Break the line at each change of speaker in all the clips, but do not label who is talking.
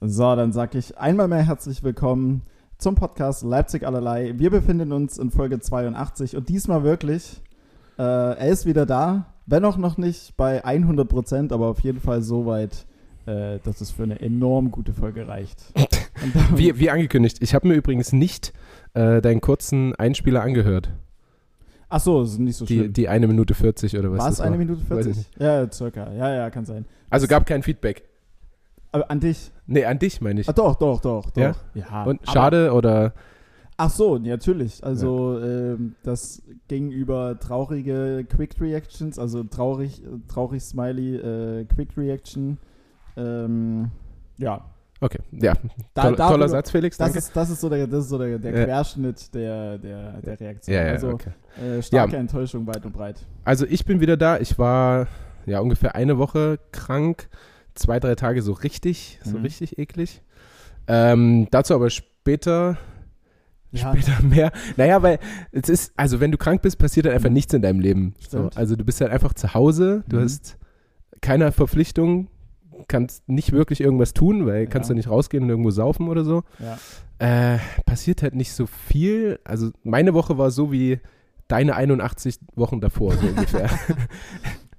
So, dann sage ich einmal mehr herzlich willkommen zum Podcast Leipzig allerlei. Wir befinden uns in Folge 82 und diesmal wirklich, äh, er ist wieder da, wenn auch noch nicht bei 100 Prozent, aber auf jeden Fall so weit, äh, dass es für eine enorm gute Folge reicht.
Wie, wie angekündigt, ich habe mir übrigens nicht äh, deinen kurzen Einspieler angehört.
Ach so, ist nicht so
Die,
schlimm.
die 1 Minute 40 oder was
War es
das
eine Minute
Weiß ich
40?
nicht.
Ja, circa. Ja, ja, kann sein.
Also gab kein Feedback.
Aber an dich.
Nee, an dich meine ich.
Ah, doch, doch, doch, doch.
Ja?
ja
Und
aber-
schade oder
Ach so, natürlich. Also ähm, das ging über traurige Quick Reactions, also traurig, äh, traurig Smiley äh, Quick Reaction. Ähm, ja,
okay, ja,
Da-
toller,
darüber-
toller Satz, Felix.
das
danke.
ist, das ist so der, das ist so der, der
Ja.
Querschnitt der, der, der Reaktion.
ja, ja,
also
okay.
äh, starke Enttäuschung weit und breit.
Also ich bin wieder da. Ich war ja ungefähr eine Woche krank, zwei, drei Tage so richtig, so
Mhm.
richtig eklig. Ähm, dazu aber später,
Ja,
später mehr. Naja, weil es ist, also wenn du krank bist, passiert dann einfach nichts in deinem Leben. So,
Mhm. Stimmt.
also du bist halt einfach zu Hause, du
Mhm.
hast keine Verpflichtung, kannst nicht wirklich irgendwas tun, weil kannst
Ja.
du nicht rausgehen und irgendwo saufen oder so.
ja.
Äh, passiert halt nicht so viel. Also meine Woche war so wie deine 81 Wochen davor, so ungefähr.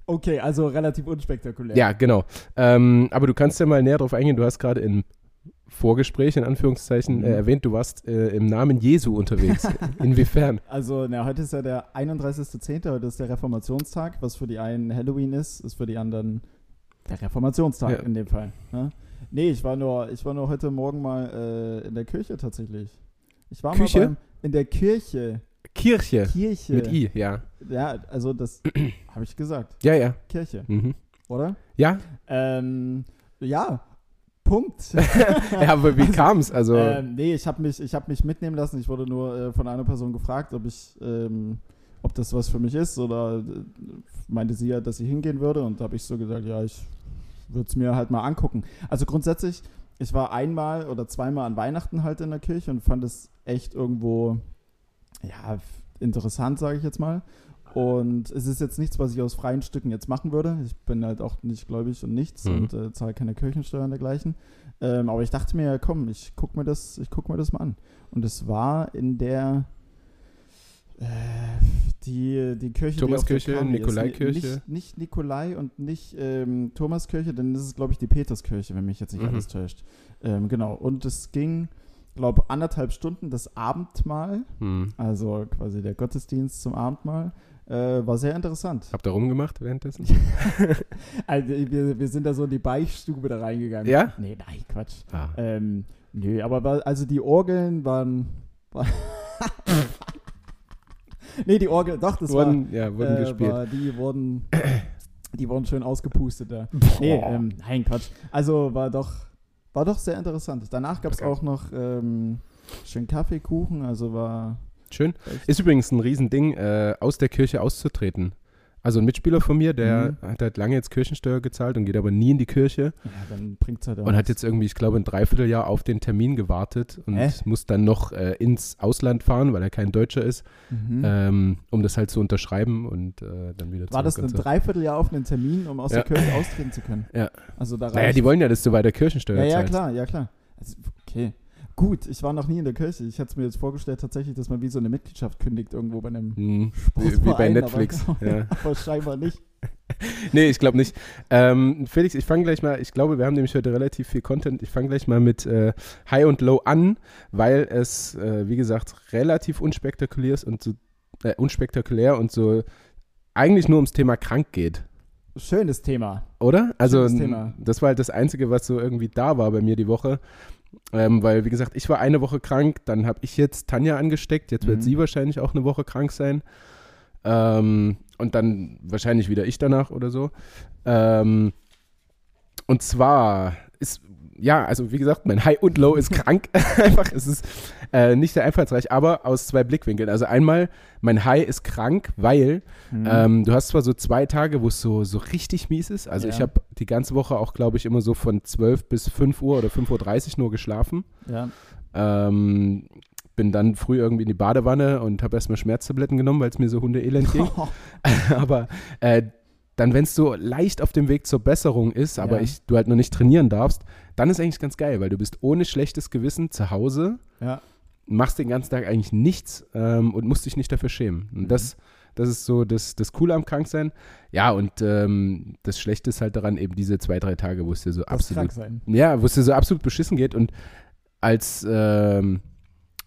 Okay, also relativ unspektakulär.
Ja, genau. Ähm, aber du kannst ja mal näher drauf eingehen. Du hast gerade im Vorgespräch, in Anführungszeichen,
Mhm.
äh, erwähnt, du warst äh, im Namen Jesu unterwegs. Inwiefern?
Also, na, heute ist ja der 31.10., heute ist der Reformationstag, was für die einen Halloween ist, ist für die anderen der Reformationstag
Ja.
in dem Fall. Ne? Nee, ich war nur, ich war nur heute Morgen mal äh, in der Kirche tatsächlich. Ich war
Küche?
mal beim, in der Kirche.
Kirche.
Kirche.
Mit I, ja.
Ja, also das habe ich gesagt.
Ja, ja.
Kirche,
Mhm.
oder?
Ja?
Ähm, ja, Punkt.
ja, aber wie kam es? Also,
Ähm, nee, ich habe mich, ich hab mich mitnehmen lassen. Ich wurde nur äh, von einer Person gefragt, ob ich, ähm, ob das was für mich ist oder äh, meinte sie ja, dass sie hingehen würde und da habe ich so gesagt, ja, ich würde es mir halt mal angucken. Also grundsätzlich, ich war einmal oder zweimal an Weihnachten halt in der Kirche und fand es echt irgendwo, ja, f- interessant, sage ich jetzt mal. Und es ist jetzt nichts, was ich aus freien Stücken jetzt machen würde. Ich bin halt auch nicht gläubig und nichts
Mhm.
und äh, zahle keine Kirchensteuer und dergleichen. Ähm, aber ich dachte mir, komm, ich guck mir das, ich guck mir das mal an. Und es war in der äh, die, die Kirche, die auf der
Thomaskirche,
Kami ist.
Nikolaikirche.
Nicht, nicht Nikolai und nicht ähm, Thomaskirche, dann ist es, glaube ich, die Peterskirche, wenn mich jetzt nicht
Mhm.
alles täuscht. Ähm, genau. Und es ging, glaube anderthalb Stunden das Abendmahl,
hm.
also quasi der Gottesdienst zum Abendmahl, äh, war sehr interessant.
habt ihr rumgemacht währenddessen?
Also, wir, wir sind da so in die Beichtstube da reingegangen.
Ja?
Nee, nein, Quatsch.
Ah.
Ähm, nö, aber wa- also die Orgeln waren. War nee, die Orgel, doch, das
wurden, ja,
war,
wurden
äh,
gespielt.
war. Die wurden. Die wurden schön ausgepustet da.
Boah.
Nee, ähm, nein, Quatsch. Also war doch, war doch sehr interessant. Danach gab es
Okay.
auch noch ähm, schön Kaffeekuchen, also war.
Schön.
echt-
Ist übrigens ein Riesending, äh, aus der Kirche auszutreten. Also ein Mitspieler von mir, der
Mhm.
hat halt lange jetzt Kirchensteuer gezahlt und geht aber nie in die Kirche.
ja, dann bringt's halt auch
Und hat
nichts.
jetzt irgendwie, ich glaube, ein Dreivierteljahr auf den Termin gewartet und
Hä?
muss dann noch äh, ins Ausland fahren, weil er kein Deutscher ist,
Mhm.
ähm, um das halt zu unterschreiben und äh, dann wieder
war das
zurück
ein
und so.
Dreivierteljahr auf einen Termin, um aus
Ja.
der Kirche austreten zu können?
Ja.
Also da
Naja, die wollen ja, dass du weiter Kirchensteuer
Ja, ja,
zahlst.
klar, ja, klar. Also, okay. Gut, ich war noch nie in der Kirche. Ich hätte es mir jetzt vorgestellt, tatsächlich, dass man wie so eine Mitgliedschaft kündigt irgendwo bei einem.
Hm, wie, wie bei
Sportverein,
Netflix.
aber-
Ja.
Aber scheinbar nicht.
Nee, ich glaube nicht. Ähm, Felix, ich fange gleich mal, ich glaube, wir haben nämlich heute relativ viel Content. Ich fange gleich mal mit äh, High und Low an, weil es, äh, wie gesagt, relativ unspektakulär ist und so, äh, unspektakulär und so eigentlich nur ums Thema krank geht.
Schönes Thema.
Oder? Also
Schönes
n-
Thema.
das war halt das Einzige, was so irgendwie da war bei mir die Woche. Ähm, weil, wie gesagt, ich war eine Woche krank, dann habe ich jetzt Tanja angesteckt, jetzt
Mhm.
wird sie wahrscheinlich auch eine Woche krank sein. Ähm, und dann wahrscheinlich wieder ich danach oder so. Ähm, und zwar ist, ja, also wie gesagt, mein High und Low ist krank. Einfach, es ist äh, nicht sehr einfallsreich, aber aus zwei Blickwinkeln. Also einmal, mein High ist krank, weil
Hm, Mhm.
ähm, du hast zwar so zwei Tage, wo es so, so richtig mies ist. Also
Ja.
ich habe die ganze Woche auch, glaube ich, immer so von 12 bis 5 Uhr oder 5.30 Uhr nur geschlafen.
ja.
Ähm, bin dann früh irgendwie in die Badewanne und habe erstmal Schmerztabletten genommen, weil es mir so hundeelend ging. Aber äh, dann, wenn es so leicht auf dem Weg zur Besserung ist, aber
Ja.
ich, du halt noch nicht trainieren darfst, dann ist eigentlich ganz geil, weil du bist ohne schlechtes Gewissen zu Hause,
Ja.
machst den ganzen Tag eigentlich nichts ähm, und musst dich nicht dafür schämen. Und
Mhm.
das, das ist so das, das Coole am Kranksein. Ja, und ähm, das Schlechte ist halt daran eben diese zwei, drei Tage, wo es dir so
Das
absolut
krank sein.
ja, wo es dir so absolut beschissen geht und als, ähm,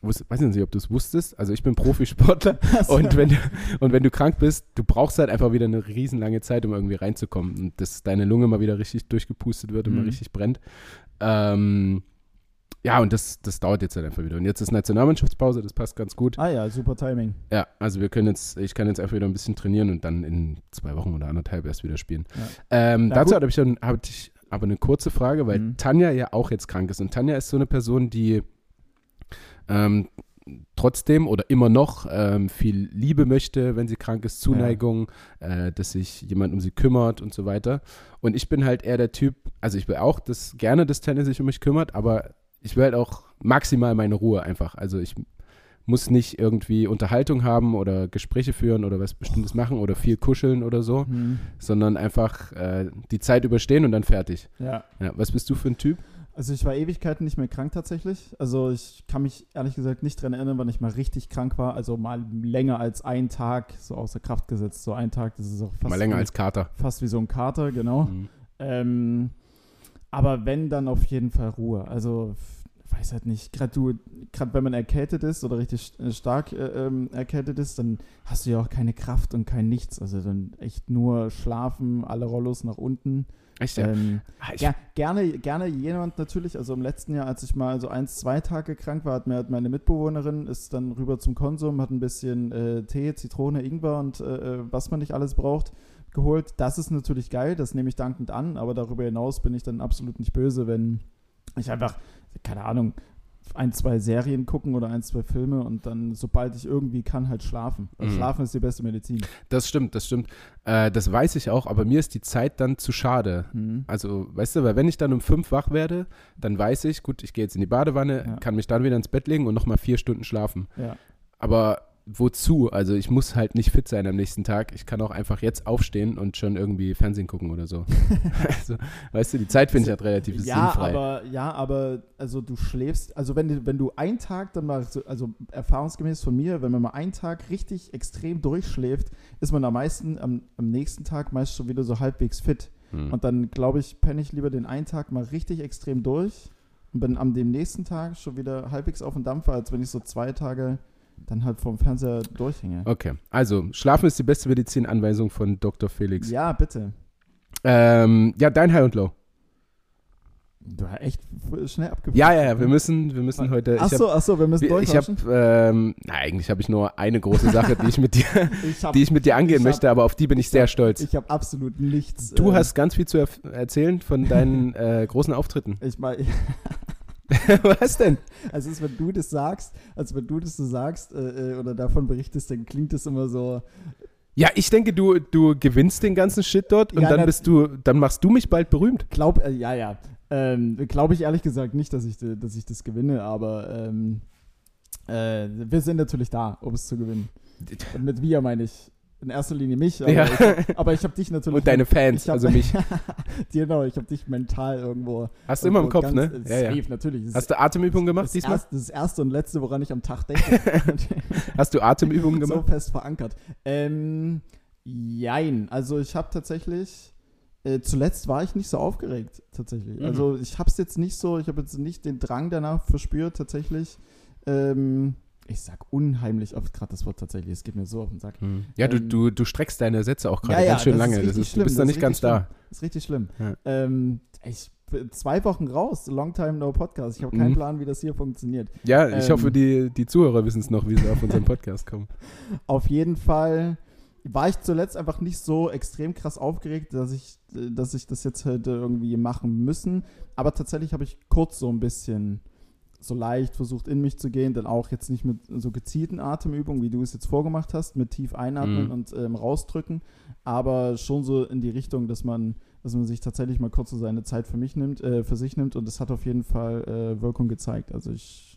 wus- weiß ich nicht, ob du es wusstest, also ich bin Profisportler und wenn, du, und wenn du krank bist, du brauchst halt einfach wieder eine riesenlange Zeit, um irgendwie reinzukommen und dass deine Lunge mal wieder richtig durchgepustet wird und mal
Mhm.
richtig brennt. Ähm, ja, und das, das dauert jetzt halt einfach wieder. Und jetzt ist Nationalmannschaftspause, das passt ganz gut.
ah ja, super Timing.
Ja, also wir können jetzt, ich kann jetzt einfach wieder ein bisschen trainieren und dann in zwei Wochen oder anderthalb erst wieder spielen.
Ja.
Ähm,
Na
dazu
gut.
habe ich, dann- hab ich aber eine kurze Frage, weil
Mhm.
Tanja ja auch jetzt krank ist. Und Tanja ist so eine Person, die ähm, trotzdem oder immer noch ähm, viel Liebe möchte, wenn sie krank ist, Zuneigung, äh, dass sich jemand um sie kümmert und so weiter. Und ich bin halt eher der Typ, also ich will auch das, gerne, dass Tanja sich um mich kümmert, aber ich will halt auch maximal meine Ruhe einfach. Also ich muss nicht irgendwie Unterhaltung haben oder Gespräche führen oder was Bestimmtes machen oder viel kuscheln oder so,
Hm.
sondern einfach äh, die Zeit überstehen und dann fertig.
Ja.
Ja, was bist du für ein Typ?
Also ich war Ewigkeiten nicht mehr krank tatsächlich. Also ich kann mich ehrlich gesagt nicht dran erinnern, wann ich mal richtig krank war. Also mal länger als einen Tag so außer Kraft gesetzt. So ein Tag, das ist auch fast,
Mal länger
wie,
als Kater.
fast wie so ein Kater, genau.
Mhm.
Ähm, aber wenn, dann auf jeden Fall Ruhe. Also, f- weiß halt nicht, gerade wenn man erkältet ist oder richtig st- äh, stark äh, ähm, erkältet ist, dann hast du ja auch keine Kraft und kein Nichts. Also dann echt nur schlafen, alle Rollos nach unten.
Echt, ja.
Ähm,
Ah, ich,
ja, gerne, gerne jemand natürlich. Also im letzten Jahr, als ich mal so eins, zwei Tage krank war, hat mir hat meine Mitbewohnerin ist dann rüber zum Konsum, hat ein bisschen äh, Tee, Zitrone, Ingwer und äh, äh, was man nicht alles braucht, geholt. Das ist natürlich geil, das nehme ich dankend an, aber darüber hinaus bin ich dann absolut nicht böse, wenn ich einfach, keine Ahnung, ein, zwei Serien gucken oder ein, zwei Filme und dann, sobald ich irgendwie kann, halt schlafen. Weil
Mhm.
Schlafen ist die beste Medizin.
Das stimmt, das stimmt. Äh, das weiß ich auch, aber mir ist die Zeit dann zu schade.
Mhm.
Also, weißt du, weil wenn ich dann um fünf wach werde, dann weiß ich, gut, ich gehe jetzt in die Badewanne,
Ja.
kann mich dann wieder ins Bett legen und nochmal vier Stunden schlafen.
Ja.
Aber wozu? Also ich muss halt nicht fit sein am nächsten Tag. Ich kann auch einfach jetzt aufstehen und schon irgendwie Fernsehen gucken oder so. also, weißt du, die Zeit finde ich halt relativ
ja,
sinnfrei.
aber ja, aber also du schläfst, also wenn du wenn du einen Tag dann mal so, also erfahrungsgemäß von mir, wenn man mal einen Tag richtig extrem durchschläft, ist man am meisten am, am nächsten Tag meist schon wieder so halbwegs fit
Hm.
und dann glaube ich, penne ich lieber den einen Tag mal richtig extrem durch und bin am dem nächsten Tag schon wieder halbwegs auf dem Dampfer, als wenn ich so zwei Tage dann halt vom Fernseher durchhänge.
okay, also Schlafen ist die beste Medizinanweisung von Dr. Felix. Ja,
Ja, bitte.
ähm, ja dein High und Low.
Du hast echt f- schnell abgewiesen.
Ja, ja, ja, wir müssen, wir müssen heute.
Ach
ich
so, ach so, wir müssen
hab, ich
durchrauschen.
hab, ähm, na, eigentlich habe ich nur eine große Sache, die ich mit dir,
Ich habe
die ich mit dir angehen
Ich hab-
möchte, aber auf die bin ich sehr stolz.
Ich äh, habe absolut nichts.
Du
äh,
hast ganz viel zu erf- erzählen von deinen äh, großen Auftritten.
Ich meine,
Was denn?
also es ist, wenn du das sagst, also wenn du das so sagst äh, äh, oder davon berichtest, dann klingt das immer so.
Ja, ich denke, du, du gewinnst den ganzen Shit dort und
Ja,
dann
na-
bist du, dann machst du mich bald berühmt.
Glaub, äh, ja, ja. Ähm, Glaube ich ehrlich gesagt nicht, dass ich, de- dass ich das gewinne, aber ähm, äh, wir sind natürlich da, um es zu gewinnen. Und mit wir meine ich in erster Linie mich, aber
Ja.
ich, hab- aber ich habe dich natürlich.
Und deine Fans,
ich hab-
also mich.
genau, ich habe dich mental irgendwo.
Hast du immer im
irgendwo
Kopf,
ganz-
ne?
äh,
Ja,
Safe,
ja.
natürlich. Das
Hast du Atemübungen
das,
gemacht diesmal?
erste, das erste und letzte, woran ich am Tag denke.
Hast du Atemübungen
so
gemacht?
fest verankert. Ähm, jein. Also ich habe tatsächlich, äh, zuletzt war ich nicht so aufgeregt, tatsächlich.
Mhm.
Also ich habe es jetzt nicht so, ich habe jetzt nicht den Drang danach verspürt, tatsächlich. Ähm, ich sag unheimlich oft gerade das Wort tatsächlich, es geht mir so auf den Sack.
Hm. Ja, du,
Ähm,
du, du streckst deine Sätze auch
ja,
gerade
ja,
ganz
das
schön
ist
lange. das
richtig
ist, du
schlimm, das
bist noch
ist
nicht ganz
richtig
da.
Ist richtig schlimm.
Ja.
Ähm, ich bin zwei Wochen raus, long time no podcast. Ich habe keinen
Mhm.
Plan, wie das hier funktioniert.
Ja, ich
Ähm.
hoffe, die, die Zuhörer wissen es noch, wie sie auf unseren Podcast kommen.
auf jeden Fall war ich zuletzt einfach nicht so extrem krass aufgeregt, dass ich, äh, dass ich das jetzt hätte irgendwie machen müssen. Aber tatsächlich habe ich kurz so ein bisschen so leicht versucht, in mich zu gehen, dann auch jetzt nicht mit so gezielten Atemübungen, wie du es jetzt vorgemacht hast, mit tief einatmen
Mhm.
und ähm, rausdrücken, aber schon so in die Richtung, dass man, dass man sich tatsächlich mal kurz so seine Zeit für mich nimmt, äh, für sich nimmt und es hat auf jeden Fall äh, Wirkung gezeigt. Also ich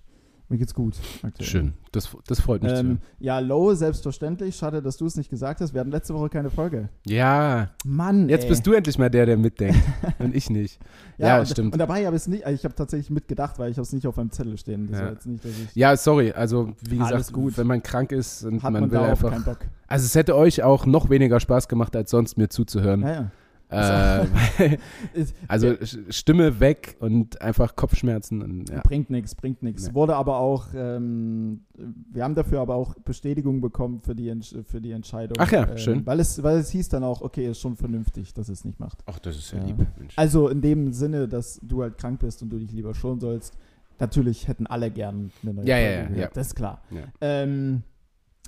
Mir geht's gut. aktuell.
Schön. Das, das freut mich zu
Ähm,
hören.
ja, Low, selbstverständlich. Schade, dass du es nicht gesagt hast. Wir hatten letzte Woche keine Folge.
Ja,
Mann,
jetzt
ey.
bist du endlich mal der, der mitdenkt. und ich nicht. Ja,
und,
stimmt.
Und dabei habe ich es nicht, also ich habe tatsächlich mitgedacht, weil ich habe es nicht auf meinem Zettel stehen. Das
Ja.
war jetzt nicht, dass ich,
Ja, sorry. Also, wie
Alles
gesagt,
gut.
wenn man krank ist und
hat
man,
man
will
da auch
einfach.
keinen Bock.
Also, es hätte euch auch noch weniger Spaß gemacht, als sonst mir zuzuhören.
Ja, ja.
Äh, weil-
Es-
also, Sch- Stimme weg und einfach Kopfschmerzen. Und, ja.
Bringt nichts, bringt nichts.
Nee.
Wurde aber auch, ähm, wir haben dafür aber auch Bestätigung bekommen für die, Entsch für die Entscheidung.
Ach ja,
ähm,
schön.
Weil es, weil es hieß dann auch, okay, ist schon vernünftig, dass es nicht macht.
Ach, das ist
ja Ja. lieb,
Mensch.
Also in dem Sinne, dass du halt krank bist und du dich lieber schonen sollst. Natürlich hätten alle gern eine neue
Ja,
Folge
ja, ja,
gehört,
ja.
das ist klar.
Ja.
Ähm,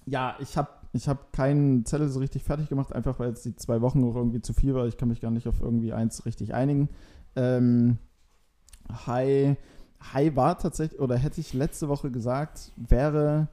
ja, ich habe ich hab keinen Zettel so richtig fertig gemacht, einfach weil jetzt die zwei Wochen auch irgendwie zu viel war. Ich kann mich gar nicht auf irgendwie eins richtig einigen. Ähm, Hi, Hi war tatsächlich, oder hätte ich letzte Woche gesagt, wäre,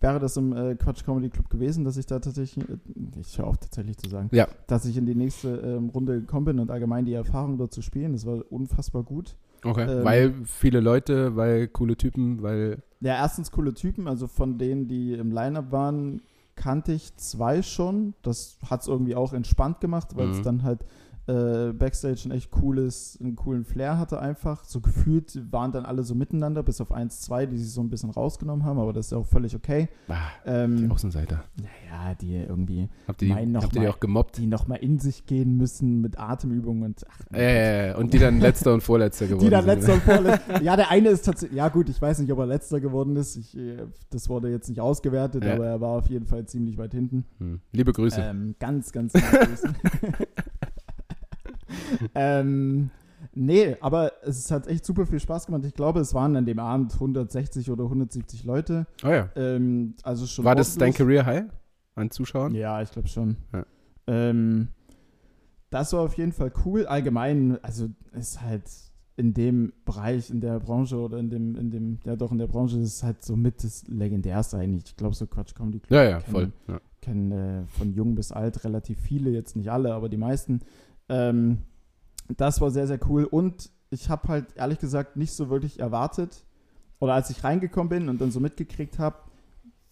wäre das im äh, Quatsch Comedy Club gewesen, dass ich da tatsächlich, äh, ich höre auf tatsächlich zu sagen,
Ja.
dass ich in die nächste ähm, Runde gekommen bin und allgemein die Erfahrung dort zu spielen, das war unfassbar gut.
Okay.
Ähm,
weil viele Leute, weil coole Typen, weil.
Ja, erstens coole Typen, also von denen, die im Line-Up waren, kannte ich zwei schon. Das hat es irgendwie auch entspannt gemacht, weil es
Mhm.
dann halt äh, Backstage ein echt cooles, einen coolen Flair hatte einfach. So gefühlt waren dann alle so miteinander, bis auf eins, zwei, die sich so ein bisschen rausgenommen haben, aber das ist ja auch völlig okay.
Ah, die
Ähm,
Außenseiter.
naja, die irgendwie,
Habt ihr die,
Nein, noch
habt ihr die
mal.
auch gemobbt?
die nochmal in sich gehen müssen mit Atemübungen und ach,
Ja, ja, ja. Und die dann letzter und vorletzter geworden
die dann
sind.
letzter und vorletzter. ja, der eine ist tatsächlich. Ja, gut, ich weiß nicht, ob er letzter geworden ist. Ich, äh, das wurde jetzt nicht ausgewertet,
Ja.
aber er war auf jeden Fall ziemlich weit hinten.
Hm. Liebe Grüße.
Ähm, ganz, ganz lieb grüßen. ähm, Nee, aber es hat echt super viel Spaß gemacht. Ich glaube, es waren an dem Abend 160 oder 170 Leute.
oh ja.
Ähm, also schon
War das dein
ordentlich.
Career High an Zuschauern?
Ja, ich glaube schon.
Ja.
Ähm, das war auf jeden Fall cool. Allgemein, also ist halt in dem Bereich, in der Branche oder in dem, in dem, ja doch in der Branche ist es halt so mit das legendärste eigentlich. Ich glaube, so Quatsch Comedy Club
Ja, ja,
kennen-
voll. Ja. Ah,
kennen äh, von jung bis alt relativ viele, jetzt nicht alle, aber die meisten. Ähm, das war sehr, sehr cool und ich habe halt ehrlich gesagt nicht so wirklich erwartet, oder als ich reingekommen bin und dann so mitgekriegt habe,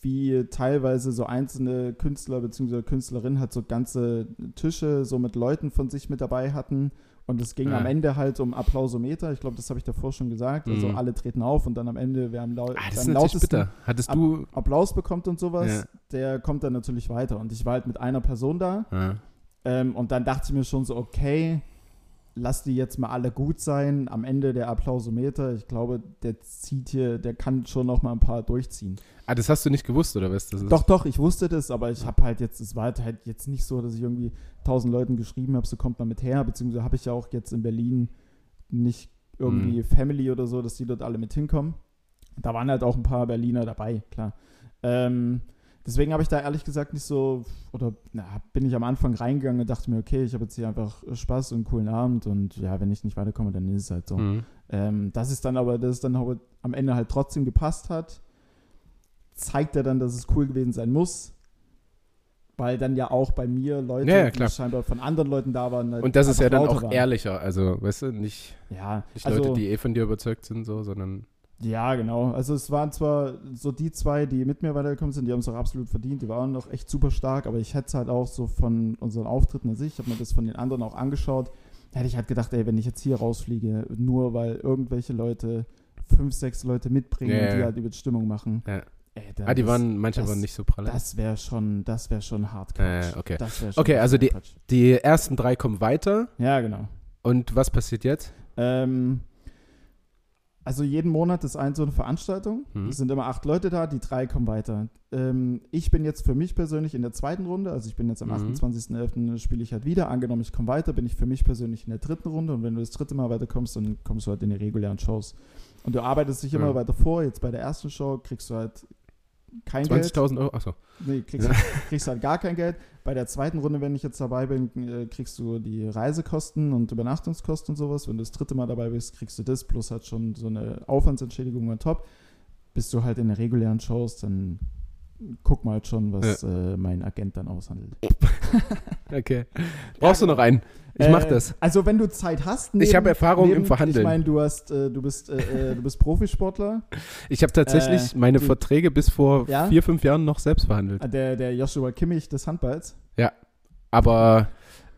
wie teilweise so einzelne Künstler bzw. Künstlerinnen halt so ganze Tische so mit Leuten von sich mit dabei hatten. Und es ging
Ah.
am Ende halt um Applausometer. Ich glaube, das habe ich davor schon gesagt. Also
Mhm.
alle treten auf und dann am Ende, wer am, lau wer
Ah, das ist
am
natürlich
lautesten
bitter. Hattest
Ab-
du.
Applaus bekommt und sowas,
Ja.
der kommt dann natürlich weiter. Und ich war halt mit einer Person da
Ah.
ähm, und dann dachte ich mir schon so, okay, lass die jetzt mal alle gut sein. Am Ende der Applausometer, ich glaube, der zieht hier, der kann schon noch mal ein paar durchziehen.
ah, das hast du nicht gewusst, oder was? Das ist
Doch, doch, ich wusste das, aber ich habe halt jetzt, es war halt jetzt nicht so, dass ich irgendwie tausend Leuten geschrieben habe, so kommt man mit her, beziehungsweise habe ich ja auch jetzt in Berlin nicht irgendwie
Mhm.
Family oder so, dass die dort alle mit hinkommen. Da waren halt auch ein paar Berliner dabei, klar. Ähm, deswegen habe ich da ehrlich gesagt nicht so, oder na, bin ich am Anfang reingegangen und dachte mir, okay, ich habe jetzt hier einfach Spaß und einen coolen Abend und ja, wenn ich nicht weiterkomme, dann ist es halt so.
Mhm.
Ähm, dass es dann aber, dass es dann aber am Ende halt trotzdem gepasst hat, zeigt er dann, dass es cool gewesen sein muss. Weil dann ja auch bei mir Leute,
Ja, ja,
die
klar.
scheinbar von anderen Leuten da waren. halt
Und das ist
einfach
ja dann
lauter
auch
waren.
ehrlicher. Also, weißt du, nicht,
Ja,
nicht
also,
Leute, die eh von dir überzeugt sind, so, sondern.
ja, genau. Also es waren zwar so die zwei, die mit mir weitergekommen sind, die haben es auch absolut verdient, die waren auch echt super stark, aber ich hätte es halt auch so von unseren Auftritten an sich, ich habe mir das von den anderen auch angeschaut, hätte ich halt gedacht, ey, wenn ich jetzt hier rausfliege, nur weil irgendwelche Leute, fünf, sechs Leute mitbringen,
Ja, ja,
die
ja.
halt über die Stimmung machen.
Ja.
Ey, da-
Ah, die
das-
waren, manche
das-
waren nicht so pralle.
Das wäre schon, das wäre schon hart Quatsch.
Äh, okay.
Das wär
Okay,
das
also
wär
die-
Quatsch.
Die ersten drei kommen weiter.
Ja, genau.
Und was passiert jetzt?
Ähm, also jeden Monat ist ein so eine Veranstaltung.
Mhm.
Es sind immer acht Leute da, die drei kommen weiter. Ähm, ich bin jetzt für mich persönlich in der zweiten Runde, also ich bin jetzt am
Mhm.
28.11. spiele ich halt wieder. Angenommen, ich komme weiter, bin ich für mich persönlich in der dritten Runde und wenn du das dritte Mal weiterkommst, dann kommst du halt in die regulären Shows. Und du arbeitest dich immer
Ja.
weiter vor. Jetzt bei der ersten Show kriegst du halt kein Geld.
20.000 Euro? Achso.
Nee, kriegst, kriegst halt gar kein Geld. Bei der zweiten Runde, wenn ich jetzt dabei bin, äh, kriegst du die Reisekosten und Übernachtungskosten und sowas. Wenn du das dritte Mal dabei bist, kriegst du das plus halt schon so eine Aufwandsentschädigung on top. Bist du halt in den regulären Shows, dann guck mal schon, was äh, mein Agent dann aushandelt.
Okay. Brauchst du noch einen? Ich mach
Äh,
das.
Also wenn du Zeit hast,
Ich hab Erfahrung im Verhandeln.
Ich meine, du hast, äh, du bist, äh, äh, du bist Profisportler.
Ich habe tatsächlich
äh,
meine
die-
Verträge bis vor
Ja?
vier, fünf Jahren noch selbst verhandelt.
Ah, Der, der Joshua Kimmich des Handballs.
Aber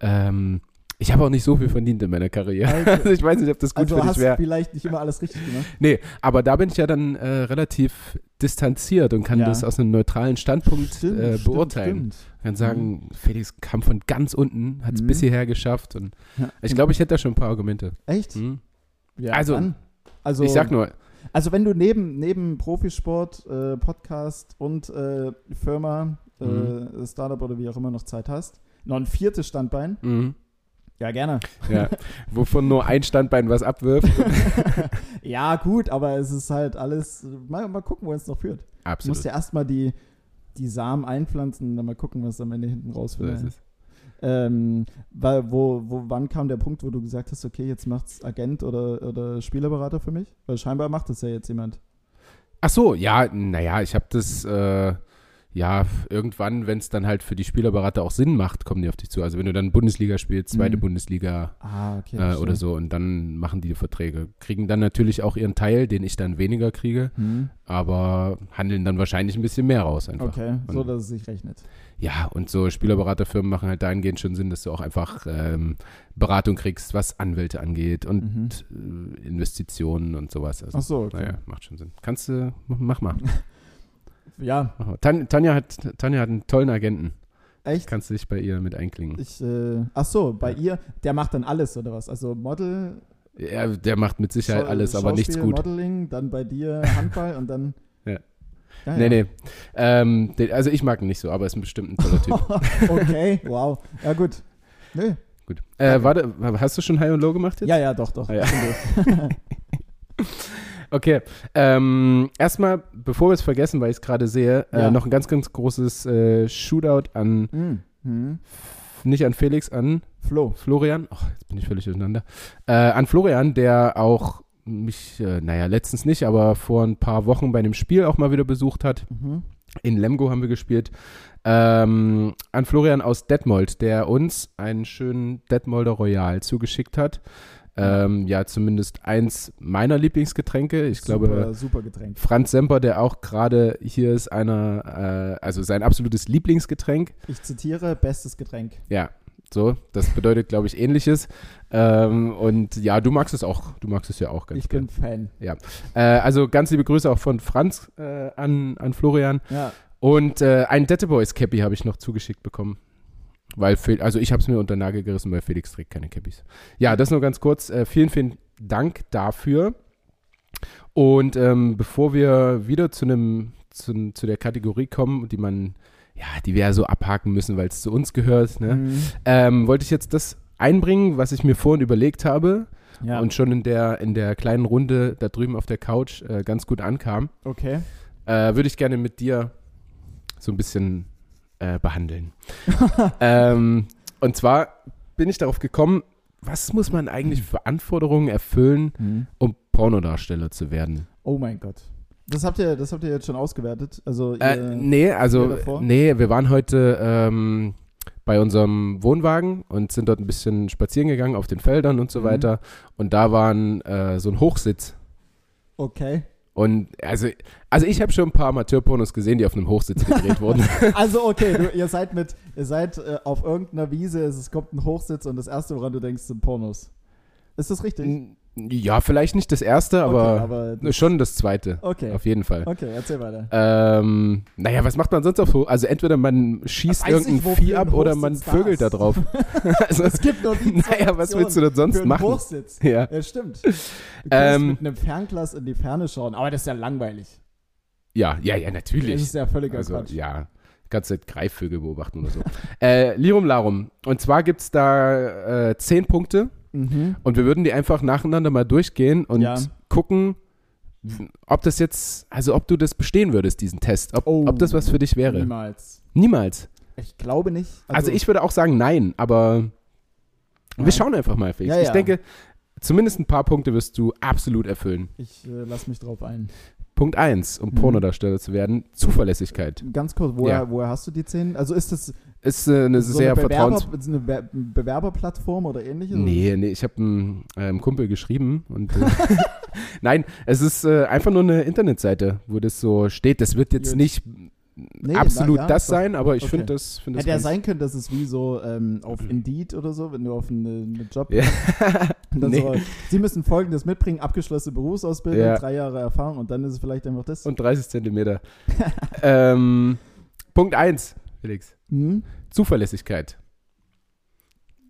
ähm, ich habe auch nicht so viel verdient in meiner Karriere.
Also-
Also ich weiß nicht, ob das gut
Also
für
hast
dich wäre.
vielleicht nicht immer alles richtig gemacht.
Nee, aber da bin ich ja dann äh, relativ distanziert und kann
Ja.
das aus einem neutralen Standpunkt
Stimmt,
äh,
stimmt,
beurteilen.
stimmt.
Kann sagen, Felix kam von ganz unten, hat es
Mhm.
bis hierher geschafft und
Ja.
ich glaube, ich hätte da schon ein paar Argumente.
Echt?
Hm?
Ja,
Also-
dann. also
ich sag nur,
Also wenn du neben, neben Profisport, äh, Podcast und äh, Firma,
Mhm.
äh, Startup oder wie auch immer noch Zeit hast, noch ein viertes Standbein,
mhm,
ja gerne.
ja, wovon nur ein Standbein was abwirft.
ja gut, aber es ist halt alles, mal, mal gucken, wo es noch führt. Du musst
Absolut.
ja erstmal die, die Samen einpflanzen und dann mal gucken, was am Ende hinten raus
So ist
wird.
es.
Ähm, weil, wo, wo, wann kam der Punkt, wo du gesagt hast, okay, jetzt macht's Agent oder, oder Spielerberater für mich? Weil scheinbar macht das ja jetzt
Äh,
jemand.
Ach so, ja, naja, ich habe das, äh, ja, irgendwann, wenn es dann halt für die Spielerberater auch Sinn macht, kommen die auf dich zu. Also wenn du dann Bundesliga spielst, zweite
Mhm.
Bundesliga,
Ah, okay.
äh,
verstehe.
oder so. Und dann machen die die Verträge. Kriegen dann natürlich auch ihren Teil, den ich dann weniger kriege,
Hm.
aber handeln dann wahrscheinlich ein bisschen mehr raus einfach.
Okay, so
Und-
dass es sich rechnet.
Ja, und so Spielerberaterfirmen machen halt dahingehend schon Sinn, dass du auch einfach ähm, Beratung kriegst, was Anwälte angeht und
Mhm.
äh, Investitionen und sowas. Also,
Ach so, okay.
Naja, macht schon Sinn. Kannst du, mach mal.
Ja,
Mach mal. Tan Tanja, hat, Tanja hat einen tollen Agenten.
echt.
Kannst du dich bei ihr mit einklingen.
Ich, äh, ach so, bei ihr, der macht dann alles oder was? Also Model,
Ja, der macht mit Sicherheit
Schau-
alles, aber nichts
Schauspiel,
gut.
Modeling, dann bei dir Handball und dann.
Ja.
Ja,
Nee,
ja.
nee. Ähm, den, also ich mag ihn nicht so, aber ist bestimmt ein toller Typ.
okay, wow. Ja, gut. Nö.
Gut. Äh, warte, hast du schon High und Low gemacht jetzt?
Ja, ja, doch, doch.
Ah, ja.
Schon durch.
Okay. Ähm, erstmal, bevor wir es vergessen, weil ich es gerade sehe, äh,
Ja.
noch ein ganz, ganz großes äh, Shootout an,
Hm, hm.
nicht an Felix, an
Flo.
Florian. Och, jetzt bin ich völlig durcheinander. Äh, an Florian, der auch mich, äh, naja, letztens nicht, aber vor ein paar Wochen bei einem Spiel auch mal wieder besucht hat.
Mhm.
In Lemgo haben wir gespielt. Ähm, an Florian aus Detmold, der uns einen schönen Detmolder Royal zugeschickt hat. Ähm, ja, zumindest eins meiner Lieblingsgetränke. Ich glaube,
super, super Getränk.
Franz Semper, der auch gerade hier ist, einer, äh, also sein absolutes Lieblingsgetränk.
Ich zitiere, bestes Getränk.
Ja, so, das bedeutet, glaube ich, ähnliches. Ähm, und ja, du magst es auch. Du magst es ja auch ganz
ich
gern.
bin Fan.
Äh, also ganz liebe Grüße auch von Franz äh, an, an Florian.
Ja,
Und äh, ein Dette Boys Cappy habe ich noch zugeschickt bekommen. Weil Fel also ich habe es mir unter den Nagel gerissen, weil Felix trägt keine Cappies. Ja, das nur ganz kurz. Äh, vielen, vielen Dank dafür. Und ähm, bevor wir wieder zu einem zu, zu der Kategorie kommen, die man ja, die wir ja so abhaken müssen, weil es zu uns gehört, ne?
Mhm.
ähm, wollte ich jetzt das einbringen, was ich mir vorhin überlegt habe
ja.
und schon in der in der kleinen Runde da drüben auf der Couch äh, ganz gut ankam
okay.
äh, würde ich gerne mit dir so ein bisschen äh, behandeln. ähm, und zwar bin ich darauf gekommen, was muss man eigentlich für Anforderungen erfüllen, um Pornodarsteller zu werden?
Hm. Oh mein Gott. Das habt ihr, das habt ihr jetzt schon ausgewertet. Also ihr,
Äh, nee,
wer
also
davor?
nee, wir waren heute ähm, bei unserem Wohnwagen und sind dort ein bisschen spazieren gegangen auf den Feldern und so
Mhm.
weiter. Und da waren äh, so ein Hochsitz.
okay.
Und also, also ich habe schon ein paar Amateurpornos gesehen, die auf einem Hochsitz gedreht wurden.
Also okay, du, ihr seid mit, ihr seid äh, auf irgendeiner Wiese, es, es kommt ein Hochsitz und das erste, woran du denkst, sind Pornos. Ist das richtig?
N- Ja, vielleicht nicht das erste,
okay,
aber,
aber
schon das zweite.
okay.
Auf jeden Fall.
Okay, erzähl weiter.
Ähm, naja, was macht man sonst auf Ho- Also entweder man schießt
Weiß nicht,
irgendein
wofür
Vieh
ein
ab oder man
Hochsitz da
vögelt da
ist.
drauf. also,
Es gibt nur die zwei
naja, was willst du denn
Optionen
sonst
für einen
machen?
Hochsitz.
Ja.
Ja, stimmt. Du kannst
Ähm.
mit einem Fernglas in die Ferne schauen, aber das ist ja langweilig.
ja, ja, ja,
Das
natürlich.
ist ja völliger
Also,
Quatsch.
ja. Ganze Zeit Greifvögel beobachten oder so. äh, Lirum Larum. Und zwar gibt es da äh, zehn Punkte
Mhm.
und wir würden die einfach nacheinander mal durchgehen und
Ja.
gucken, w- ob das jetzt, also ob du das bestehen würdest, diesen Test. Ob,
Oh.
ob das was für dich wäre.
Niemals.
Niemals.
Ich glaube nicht.
Also, ich würde auch sagen, nein, aber
Ja.
wir schauen einfach mal, Felix.
Ja,
Ich
ja.
denke, zumindest ein paar Punkte wirst du absolut erfüllen.
Ich äh, lass mich drauf ein.
Punkt 1, um Pornodarsteller zu werden, Zuverlässigkeit.
Ganz kurz, woher,
Ja.
woher hast du die Szenen? Also ist das
Ist äh, eine
so
sehr
eine,
vertrauens...
Bewerber, ist eine Be Bewerberplattform oder ähnliches?
Nee, nee, ich habe einem ähm, Kumpel geschrieben und äh, nein, es ist äh, einfach nur eine Internetseite, wo das so steht. Das wird jetzt
Gut.
nicht
Nee,
absolut
na ja,
das
doch.
sein, aber ich
Okay.
finde das, find das
Hätte ja
ganz-
sein können, dass es wie so ähm, auf Indeed oder so, wenn du auf eine, eine Job.
Ja.
Und dann
Nee.
so, Sie müssen folgendes mitbringen: abgeschlossene Berufsausbildung,
Ja.
drei Jahre Erfahrung und dann ist es vielleicht einfach das.
und 30 Zentimeter. ähm, Punkt 1, Felix.
hm?
Zuverlässigkeit.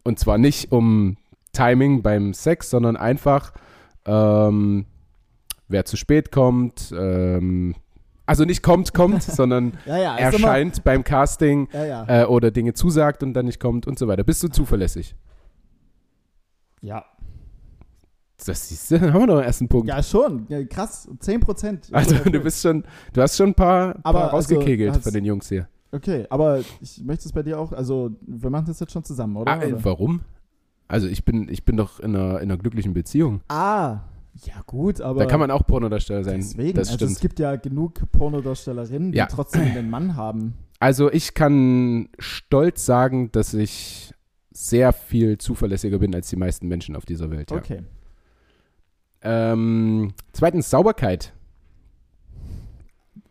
Und zwar nicht um Timing beim Sex, sondern einfach, ähm, wer zu spät kommt, ähm, also nicht kommt, kommt, sondern
Ja, ja, ist Also immer-
erscheint beim Casting
Ja, ja.
äh, oder Dinge zusagt und dann nicht kommt und so weiter. Bist du zuverlässig?
ja.
Das siehst du, dann haben wir noch einen ersten Punkt.
ja, schon. Ja, krass, 10 Prozent.
Also du bist schon, du hast schon ein paar,
Aber
paar
also,
rausgekegelt
hast-
von den Jungs hier.
Okay, aber ich möchte es bei dir auch. Also, wir machen das jetzt schon zusammen, oder?
Ah, äh,
Oder?
warum? Also ich bin, ich bin doch in einer, in einer glücklichen Beziehung.
ah ja, gut, aber.
da kann man auch Pornodarsteller sein.
Deswegen,
das
also
stimmt.
es gibt ja genug Pornodarstellerinnen, die
Ja.
trotzdem den Mann haben.
Also ich kann stolz sagen, dass ich sehr viel zuverlässiger bin als die meisten Menschen auf dieser Welt. Ja.
Okay.
Ähm, zweitens Sauberkeit.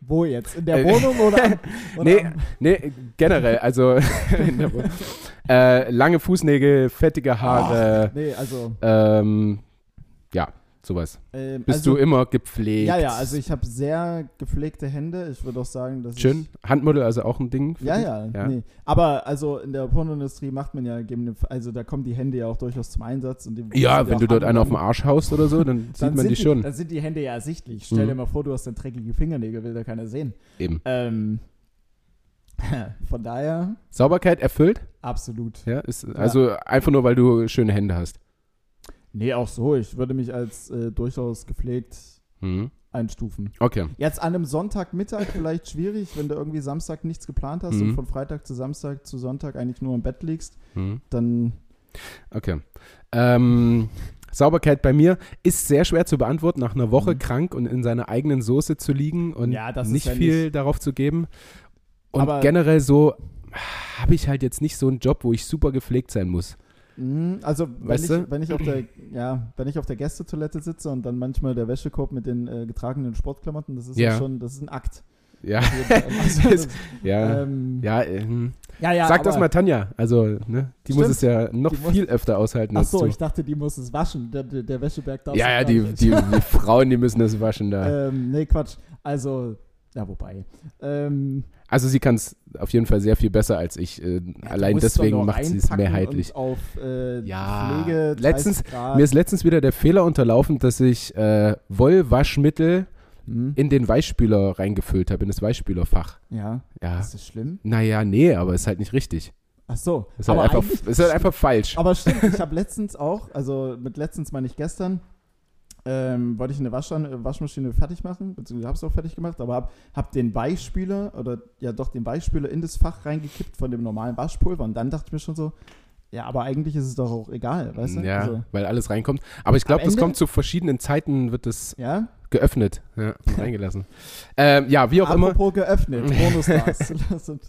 Wo jetzt? In der
Äh,
Wohnung oder? Am, oder
Nee,
am,
nee, generell. Also in der Wohnung. äh, lange Fußnägel, fettige Haare,
nee, also.
ähm, ja, sowas.
Ähm,
Bist
also,
du immer gepflegt?
Ja, ja, also ich habe sehr gepflegte Hände. Ich würde auch sagen, dass
Schön.
Ich,
Handmodel also auch ein Ding. für
ja,
dich?
ja,
Ja.
Nee. Aber also in der Pornoindustrie macht man ja, gegebenenf- also da kommen die Hände ja auch durchaus zum Einsatz. Und die
Ja,
sind
wenn
auch
du dort einen auf dem
angewandt.
Arsch haust oder so, dann
Dann
sieht man
sind
die schon.
Dann sind die äh Hände ja ersichtlich. Stell dir
Mhm.
mal vor, du hast dann dreckige Fingernägel, will da keiner sehen.
Eben.
Ähm, von daher,
Sauberkeit erfüllt?
absolut.
Ja, ist, also einfach nur, weil du schöne Hände hast.
Nee, auch so. Ich würde mich als äh, durchaus gepflegt
Mhm.
einstufen.
Okay.
Jetzt an einem Sonntagmittag vielleicht schwierig, wenn du irgendwie Samstag nichts geplant hast und
Mhm.
von Freitag zu Samstag zu Sonntag eigentlich nur im Bett liegst,
Mhm.
dann
Okay. Ähm, Sauberkeit bei mir ist sehr schwer zu beantworten, nach einer Woche
Mhm.
krank und in seiner eigenen Soße zu liegen und
Ja, das ist
nicht
ja
viel darauf zu geben. Und
Aber-
generell so habe ich halt jetzt nicht so einen Job, wo ich super gepflegt sein muss.
Mhm, Also wenn
Weißt
ich,
du?
wenn ich auf der ja, wenn ich auf der Gästetoilette sitze und dann manchmal der Wäschekorb mit den äh, getragenen Sportklamotten, das ist ja.
Ja.
schon, das ist ein Akt.
Ja,
Also, das,
ja.
ähm,
äh, ja, ähm,
ja, ja.
sag das
aber-
mal Tanja. Also, ne, die muss
Stimmt.
es ja noch
Die muss-
viel öfter aushalten
Ach
als
so,
du.
ich dachte, die muss es waschen. Der, der, der Wäscheberg darf
ja,
es
ja,
gar
die,
nicht.
die, die Frauen, die müssen das waschen da.
ähm, nee, Quatsch. Also, ja, wobei. Ähm,
Also sie kann es auf jeden Fall sehr viel besser als ich. Äh,
ja, du
allein
musst doch
deswegen
noch
macht sie es
einpacken
mehrheitlich.
Und auf äh,
Ja,
Pflege 30
letztens-
Grad.
Mir ist letztens wieder der Fehler unterlaufen, dass ich äh, Wollwaschmittel
Hm,
in den Weichspüler reingefüllt habe, in das Weichspülerfach.
ja,
Ja.
ist das schlimm?
Naja, nee, aber ist halt nicht richtig.
Ach so.
Ist halt, einfach,
eigentlich-
ist halt einfach falsch.
Aber stimmt, ich habe letztens auch, also mit letztens meine ich gestern, ähm, wollte ich eine Waschan Waschmaschine fertig machen, beziehungsweise habe es auch fertig gemacht, aber habe hab den Weichspüler oder ja doch den Weichspüler in das Fach reingekippt von dem normalen Waschpulver und dann dachte ich mir schon so, ja, aber eigentlich ist es doch auch egal, weißt du?
ja,
Also,
weil alles reinkommt. Aber ich glaube,
Am
das
Ende-
kommt zu verschiedenen Zeiten, wird das
ja?
geöffnet ja, und reingelassen. ähm, ja, wie auch immer.
Apropos geöffnet, Bonusstars. Das sind-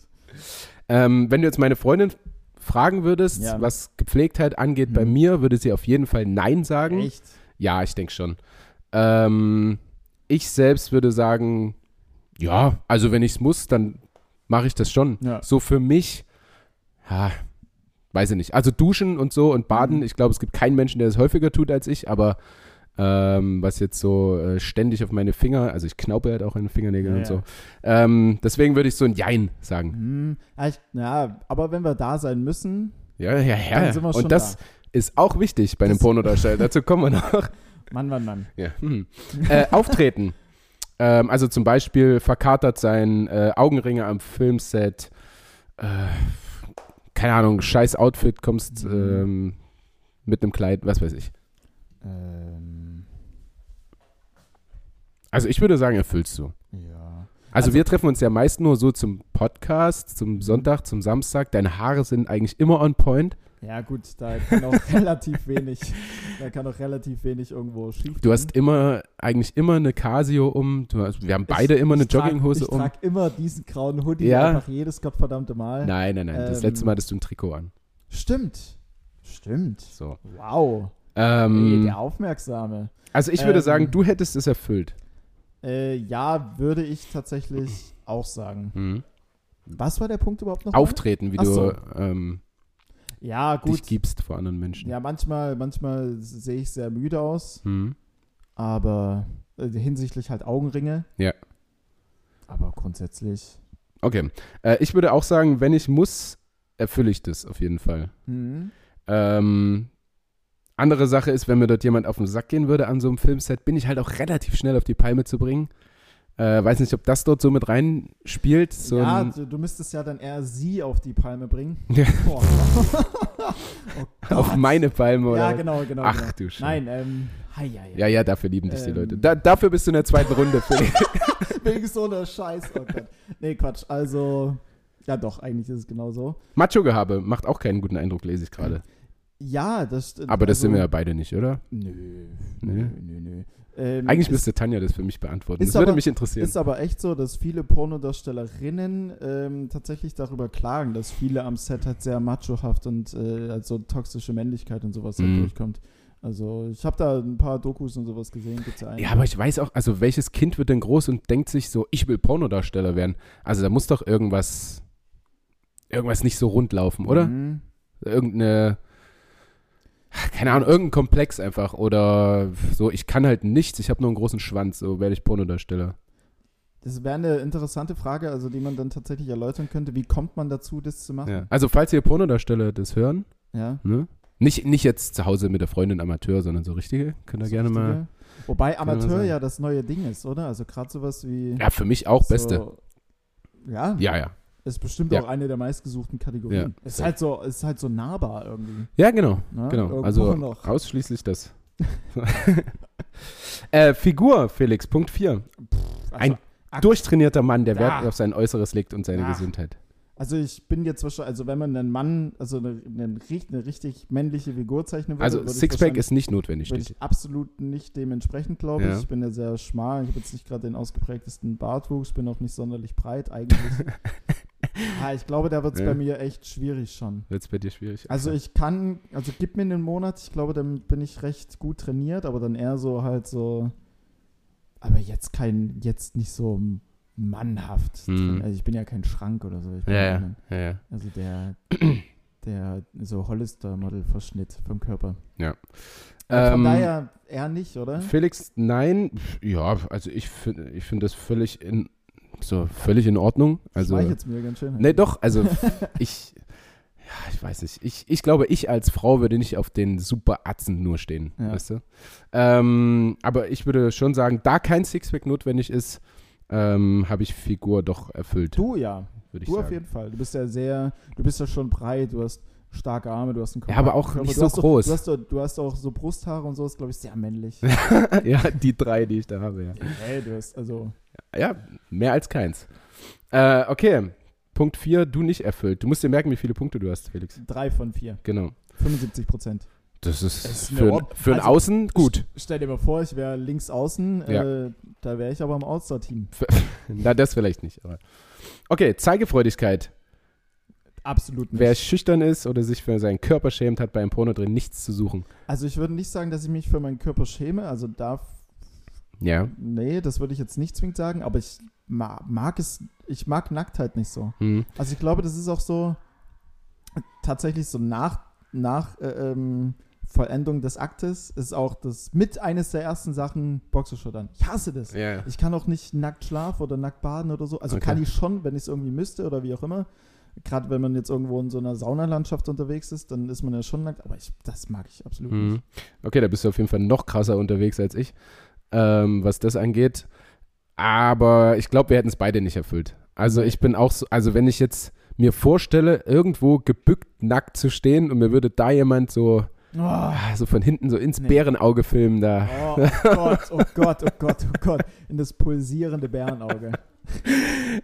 Ähm, wenn du jetzt meine Freundin fragen würdest,
Ja.
was Gepflegtheit angeht, bei
Hm.
mir würde sie auf jeden Fall Nein sagen.
Echt?
Ja, ich denke schon. Ähm, ich selbst würde sagen, ja, also wenn ich es muss, dann mache ich das schon.
Ja.
So für mich, ja, weiß ich nicht. Also duschen und so und baden,
Mhm.
ich glaube, es gibt keinen Menschen, der das häufiger tut als ich, aber ähm, was jetzt so äh, ständig auf meine Finger, also ich knaupe halt auch an den Fingernägeln
Ja,
und
ja.
so. Ähm, deswegen würde ich so ein Jein sagen.
Hm, ja, ich, ja, aber wenn wir da sein müssen,
Ja, ja, ja.
dann sind wir schon
und das
da.
ist auch wichtig bei einem
Das-
Pornodarsteller. Dazu kommen wir noch.
Mann, Mann, Mann.
Ja. Hm. Äh, auftreten. Ähm, also zum Beispiel verkatert sein, äh, Augenringe am Filmset, äh, keine Ahnung, scheiß Outfit, kommst
Mhm.
ähm, mit einem Kleid, was weiß ich.
Ähm,
Also ich würde sagen, erfüllst du.
ja.
Also,
Also- Mhm.
wir treffen uns ja meist nur so zum Podcast, zum Sonntag, zum Samstag. Deine Haare sind eigentlich immer on point.
Ja, gut, da kann auch relativ wenig, da kann auch relativ wenig irgendwo schief
Du hast immer, eigentlich immer eine Casio um. Du hast, wir haben beide immer eine
trag,
Jogginghose
ich
um.
trage immer diesen grauen Hoodie
Ja.
einfach jedes gottverdammte Mal.
Nein, nein, nein. das
Ähm,
letzte Mal hattest du ein Trikot an.
Stimmt. Stimmt.
So.
Wow. Ey,
Ähm,
der Aufmerksame.
also ich würde
ähm,
sagen, du hättest es erfüllt.
Äh, ja, würde ich tatsächlich auch sagen.
Mhm.
Was war der Punkt überhaupt noch?
Auftreten, wie
Ach
du
so.
ähm,
Ja, gut.
dich gibst vor anderen Menschen.
Ja, manchmal, manchmal sehe ich sehr müde aus,
Mhm.
aber äh, hinsichtlich halt Augenringe.
Ja.
Aber grundsätzlich.
Okay. Äh, ich würde auch sagen, wenn ich muss, erfülle ich das auf jeden Fall.
Hm.
Ähm, andere Sache ist, wenn mir dort jemand auf den Sack gehen würde an so einem Filmset, bin ich halt auch relativ schnell auf die Palme zu bringen. Äh, weiß nicht, ob das dort so mit reinspielt. So
ja,
ein,
du, du müsstest ja dann eher sie auf die Palme bringen.
Ja.
Boah. oh Gott.
auf meine Palme oder?
Ja, genau, genau.
Ach
genau.
du Scheiße.
Nein, ähm, hei, hei, hei.
Ja, ja, dafür lieben dich die
Ähm.
Leute. Da, dafür bist du in der zweiten Runde, Felix.
Wegen so einer Scheiß. Oh Gott. Nee, Quatsch. Also, ja doch, eigentlich ist es genau so.
Macho-Gehabe macht auch keinen guten Eindruck, lese ich gerade.
Ja, das stimmt.
Aber das
also,
sind wir ja beide nicht, oder?
Nö,
Nee.
nö, nö, nö. Ähm,
Eigentlich
es
müsste Tanja das für mich beantworten.
Ist
Das würde
aber-
mich interessieren.
ist aber echt so, dass viele Pornodarstellerinnen ähm, tatsächlich darüber klagen, dass viele am Set halt sehr machohaft und äh, also toxische Männlichkeit und sowas halt
Mhm.
durchkommt. Also ich habe da ein paar Dokus und sowas gesehen, gibt's ja einen.
Ja, aber ich weiß auch, also welches Kind wird denn groß und denkt sich so, ich will Pornodarsteller werden? Also da muss doch irgendwas, irgendwas nicht so rund laufen, oder?
Mhm.
Irgendeine, keine Ahnung, irgendein Komplex einfach oder so, ich kann halt nichts, ich habe nur einen großen Schwanz, so werde ich Pornodarsteller.
Das wäre eine interessante Frage, also die man dann tatsächlich erläutern könnte. Wie kommt man dazu, das zu
Ja.
machen?
Also falls ihr Pornodarsteller das hören,
ja?
ne? Nicht, nicht jetzt zu Hause mit der Freundin Amateur, sondern so richtige, könnt ihr
Das
gerne mal.
Richtige. Wobei
gerne mal
Amateur
sagen.
ja das neue Ding ist, oder? Also gerade sowas wie.
Ja, für mich auch Beste.
So, ja,
Ja, ja.
ist bestimmt
Ja.
auch eine der meistgesuchten Kategorien.
Ja.
Ist halt so, ist halt so nahbar irgendwie.
Ja, genau.
Ne?
Genau,
Irgendwo
also
noch.
ausschließlich das. äh, Figur, Felix, Punkt 4.
Also,
ein- Durchtrainierter Mann, der
Da.
Wert auf sein Äußeres legt und seine
Da.
Gesundheit.
also ich bin jetzt wahrscheinlich, also wenn man einen Mann, also eine, eine, richt- eine richtig männliche Figur zeichnen würde,
Also
würde ich
Sixpack
wahrscheinlich-
ist nicht notwendig,
würde
steht.
ich absolut nicht dementsprechend, glaube
Ja.
ich. Ich bin ja sehr schmal, ich habe jetzt nicht gerade den ausgeprägtesten Bartwuchs, bin auch nicht sonderlich breit eigentlich. ah, ich glaube, da wird es
Ja.
bei mir echt schwierig schon.
Wird es bei dir schwierig?
Also ich kann, also gib mir einen Monat, ich glaube, dann bin ich recht gut trainiert, aber dann eher so halt so, aber jetzt kein, jetzt nicht so mannhaft.
Hm.
trainiert. Also ich bin ja kein Schrank oder so. Ich bin
Ja,
ein-
ja, ja, ja.
Also der, der so Hollister-Model-Verschnitt vom Körper. Äh, Also Von
Ähm,
daher eher nicht, oder?
Felix, nein. Ja, also ich finde ich find das völlig in, so, völlig in Ordnung. Also,
ich jetzt mir ganz schön.
Nee, doch, also ich, ja, ich weiß nicht. Ich, ich glaube, ich als Frau würde nicht auf den super Atzen nur stehen,
Ja.
weißt du? Ähm, aber ich würde schon sagen, da kein Sixpack notwendig ist, ähm, habe ich Figur doch erfüllt,
Du ja,
würde ich
du auf
sagen.
jeden Fall. Du bist ja sehr, du bist ja schon breit, du hast starke Arme, du hast einen
Ja, aber auch
kompakten
nicht
du
so
hast doch-
groß.
Du hast, doch, du hast auch so Brusthaare und so, ist glaube ich sehr männlich.
ja, die drei, die ich da habe, ja.
Ey, du hast also
Ja, mehr als keins. Äh, okay, Punkt 4, du nicht erfüllt. Du musst dir merken, wie viele Punkte du hast, Felix.
drei von vier,
Genau.
75 Prozent.
Das
Es
ist,
ist eine
für,
Ordnung.
für ein
Also,
Außen gut.
Stell dir mal vor, ich wäre links außen,
Ja.
äh, da wäre ich aber im All-Star-Team.
Na, das vielleicht nicht. Aber. Okay, Zeigefreudigkeit.
Absolut nicht.
Wer schüchtern ist oder sich für seinen Körper schämt, hat beim Porno drin nichts zu suchen.
also ich würde nicht sagen, dass ich mich für meinen Körper schäme, also da,
Ja.
nee, das würde ich jetzt nicht zwingend sagen, aber ich ma mag es, ich mag Nacktheit nicht so.
Hm.
Also ich glaube, das ist auch so tatsächlich so nach, nach äh, ähm, Vollendung des Aktes ist auch das mit eines der ersten Sachen Boxershortern. Ich hasse das.
ja.
Ich kann auch nicht nackt schlafen oder nackt baden oder so. Also
Okay.
kann ich schon, wenn ich es irgendwie müsste oder wie auch immer. Gerade wenn man jetzt irgendwo in so einer Saunalandschaft unterwegs ist, dann ist man ja schon nackt. Aber ich, das mag ich absolut
Hm.
nicht.
Okay, da bist du auf jeden Fall noch krasser unterwegs als ich, ähm, was das angeht. Aber ich glaube, wir hätten es beide nicht erfüllt. Also ich bin auch so, also wenn ich jetzt mir vorstelle, irgendwo gebückt nackt zu stehen und mir würde da jemand so,
Oh,
ah, so von hinten so ins
Nee.
Bärenauge filmen, da.
oh Gott, oh Gott, oh Gott, oh Gott. In das pulsierende Bärenauge.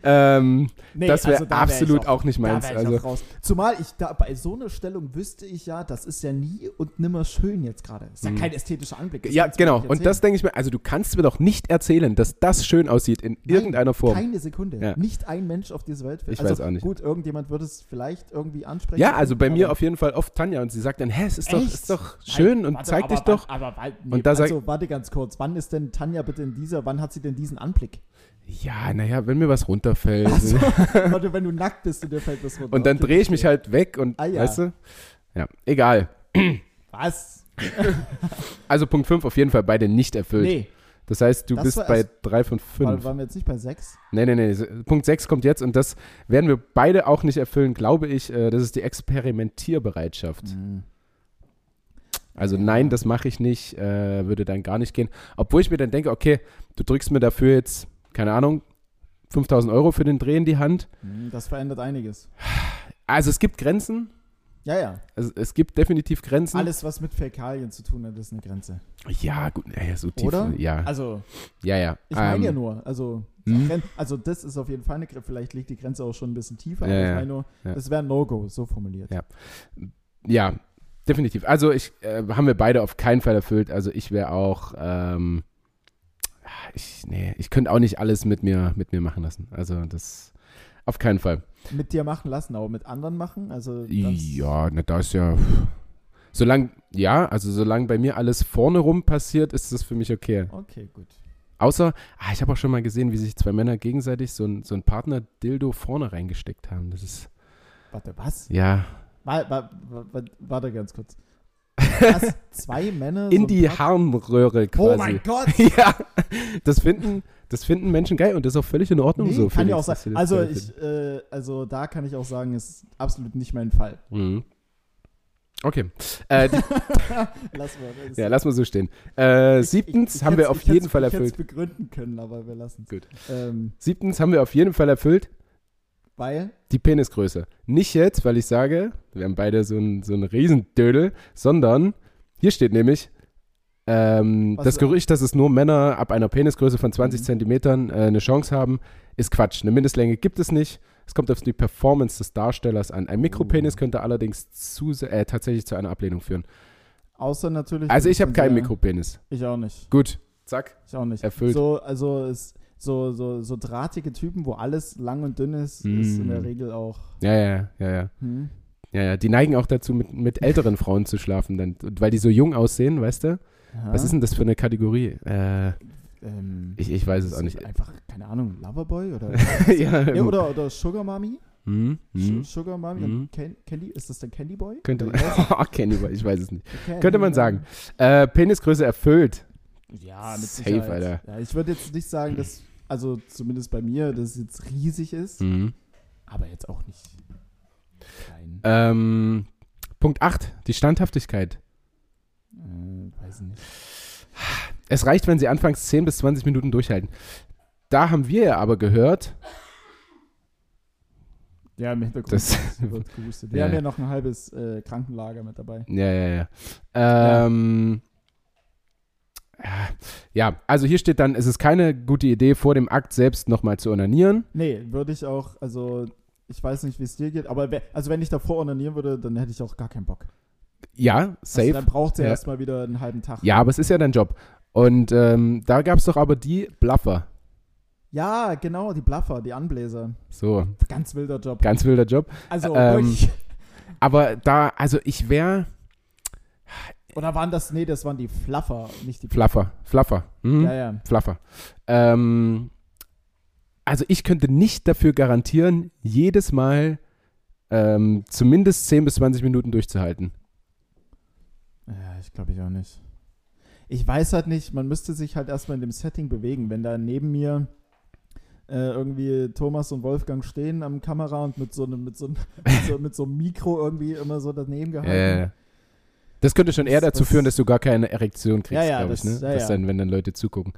ähm,
Nee,
das wäre
also da wär ich
absolut
auch-
auch, nicht
Da
meins.
wär ich
also,
auch raus. Zumal ich da bei so einer Stellung wüsste ich ja, das ist ja nie und nimmer schön jetzt gerade. Ist ja kein ästhetischer Anblick. das
Mhm. ja,
kannst du mir
genau.
nicht
Und das denke ich mir, also du kannst mir doch nicht erzählen, dass das schön aussieht in
Nein,
irgendeiner Form.
Keine Sekunde.
Ja.
Nicht ein Mensch auf dieser Welt. will-
Ich
also,
weiß auch nicht.
Gut, irgendjemand wird es vielleicht irgendwie ansprechen.
Ja, also bei mir
aber-
auf jeden Fall oft Tanja und sie sagt dann, hä, es ist doch,
Echt?
ist doch schön
Nein,
und
warte,
zeig
aber
dich
wann-
doch.
Aber, wann- nee,
Und da sag-
also, warte ganz kurz. Wann ist denn Tanja bitte in dieser, wann hat sie denn diesen Anblick?
Ja, naja, wenn mir was runterfällt.
Also, warte, wenn du nackt bist und dir fällt was runter.
und dann
Okay,
drehe ich mich
verstehe.
halt weg und,
Ah, ja.
weißt du? Ja, egal. halt-
Was?
Also Punkt 5 auf jeden Fall beide nicht erfüllt.
Nee,
Das heißt, du
Das
bist
war
bei
erst-
3 von 5.
war, waren wir jetzt nicht bei sechs?
Nee, nee, nee. s- Punkt 6 kommt jetzt und das werden wir beide auch nicht erfüllen, glaube ich. Äh, das ist die Experimentierbereitschaft.
Mhm.
Also nein, das mache ich nicht, äh, würde dann gar nicht gehen. Obwohl ich mir dann denke, okay, du drückst mir dafür jetzt, keine Ahnung, 5000 Euro für den Dreh in die Hand.
Hm, Das verändert einiges.
Also es gibt Grenzen.
Ja, ja.
Also es gibt definitiv Grenzen.
Alles, was mit Fäkalien zu tun hat, ist eine Grenze.
Ja, gut, ja, ja, so tief.
Oder?
Ja,
Also,
ja, ja.
ich meine
Ähm,
ja nur, also,
hm?
Gren- also das ist auf jeden Fall eine Grenze. Vielleicht liegt die Grenze auch schon ein bisschen tiefer,
Ja,
aber
ja.
ich meine nur,
Ja.
das wäre ein No-Go, so formuliert.
Ja. Ja, definitiv. Also ich äh, haben wir beide auf keinen Fall erfüllt. Also ich wäre auch, ähm, ich, nee, ich könnte auch nicht alles mit mir, mit mir machen lassen. Also das auf keinen Fall.
Mit dir machen lassen, aber mit anderen machen, also das,
Ja, na, da ist ja. Solange, ja, also solange bei mir alles vorne rum passiert, ist das für mich okay.
Okay, gut.
Außer, ah, ich habe auch schon mal gesehen, wie sich zwei Männer gegenseitig so ein, so ein Partner-Dildo vorne reingesteckt haben. Das ist,
Warte, was?
ja,
Wa- wa- wa- wa- Warte ganz kurz. Was? Zwei Männer?
in
so-
die Harnröhre quasi.
Oh mein Gott!
ja, das finden, das finden Menschen geil und das ist auch völlig in Ordnung
Nee,
Um so.
kann
Felix,
ja auch
dass sie
sein.
das
Also
geil finden.
ich, äh, also da kann ich auch sagen, ist absolut nicht mein Fall.
Mhm. Okay. Äh, die,
Lassen wir das.
ja, lass mal so stehen. Äh,
Ich-
siebtens
ich- ich
haben wir
hätt's-
auf
ich hätt's-
jeden Fall
ich hätt's
erfüllt.
begründen können, aber wir lassen es.
Gut.
Ähm,
Siebtens haben wir auf jeden Fall erfüllt
weil,
die Penisgröße. Nicht jetzt, weil ich sage, wir haben beide so einen so einen Riesendödel, sondern hier steht nämlich ähm,
Was
das
ist-
Gerücht, dass es nur Männer ab einer Penisgröße von 20
Mhm.
Zentimetern äh, eine Chance haben, ist Quatsch. Eine Mindestlänge gibt es nicht. Es kommt auf die Performance des Darstellers an. Ein
Mhm.
Mikropenis könnte allerdings zu, äh, tatsächlich zu einer Ablehnung führen.
außer natürlich.
Also ich habe keinen
Ja,
Mikropenis.
Ich auch nicht.
Gut, zack,
Ich auch nicht.
Erfüllt.
So, also es, so, so, so drahtige Typen, wo alles lang und dünn ist, ist in
Mm.
der Regel auch.
Ja, ja, ja, ja.
Hm?
Ja, ja, die neigen auch dazu, mit, mit älteren Frauen zu schlafen, dann, weil die so jung aussehen, weißt du? Was ist denn das für eine Kategorie? Äh,
Ähm,
ich, ich weiß es
ist
auch nicht.
Einfach, keine Ahnung, Loverboy oder.
ja,
nee, oder, oder Sugar Mami?
Hm, hm,
Sch- Sugar Mami
Mhm.
und Can Candy? Ist das denn Candy Boy?
könnte man, Kenny, ich weiß es nicht.
Okay,
Könnte man sagen. Äh, Penisgröße erfüllt.
Ja, mit
Safe,
Sicherheit.
Alter.
Ja, ich würde jetzt nicht sagen, dass, also zumindest bei mir, dass es jetzt riesig ist,
Mhm.
aber jetzt auch nicht klein.
Ähm, Punkt 8, die Standhaftigkeit. Ähm.
Äh, weiß nicht.
Es reicht, wenn sie anfangs 10 bis 20 Minuten durchhalten. Da haben wir ja aber gehört,
Ja, im Hintergrund
Das-
wird gehustet. Wir
Ja,
haben
ja.
ja noch ein halbes äh, Krankenlager mit dabei.
Ja, ja, ja. Ähm, äh, ja, also hier steht dann, es ist keine gute Idee, vor dem Akt selbst nochmal zu onanieren.
Nee, würde ich auch, also ich weiß nicht, wie es dir geht, aber we- also wenn ich davor ordinieren würde, dann hätte ich auch gar keinen Bock.
Ja,
Also
safe.
dann braucht er
Ja.
erstmal wieder einen halben Tag.
Ja, aber es ist ja dein Job. Und ähm, da gab es doch aber die Bluffer.
Ja, genau, die Bluffer, die Anbläser.
So,
Ganz wilder Job.
ganz wilder Job.
Also
ähm,
wirklich.
Aber da, also ich wäre
Oder waren das, nee, das waren die Fluffer, nicht die
Fluffer, Fluffer. Mhm.
Ja, ja.
Fluffer. Ähm, also ich könnte nicht dafür garantieren, jedes Mal ähm, zumindest 10 bis 20 Minuten durchzuhalten.
Ja, ich glaube ich auch nicht. Ich weiß halt nicht, man müsste sich halt erstmal in dem Setting bewegen. Wenn da neben mir äh, irgendwie Thomas und Wolfgang stehen am Kamera und mit so einem mit so, einem- mit so, mit so einem Mikro irgendwie immer so daneben gehalten.
Äh, das könnte schon eher
Das-
dazu
das-
führen, dass du gar keine Erektion kriegst,
Ja, ja,
glaube ich. Ne?
das- ja,
dass
ja.
dann, wenn dann Leute zugucken.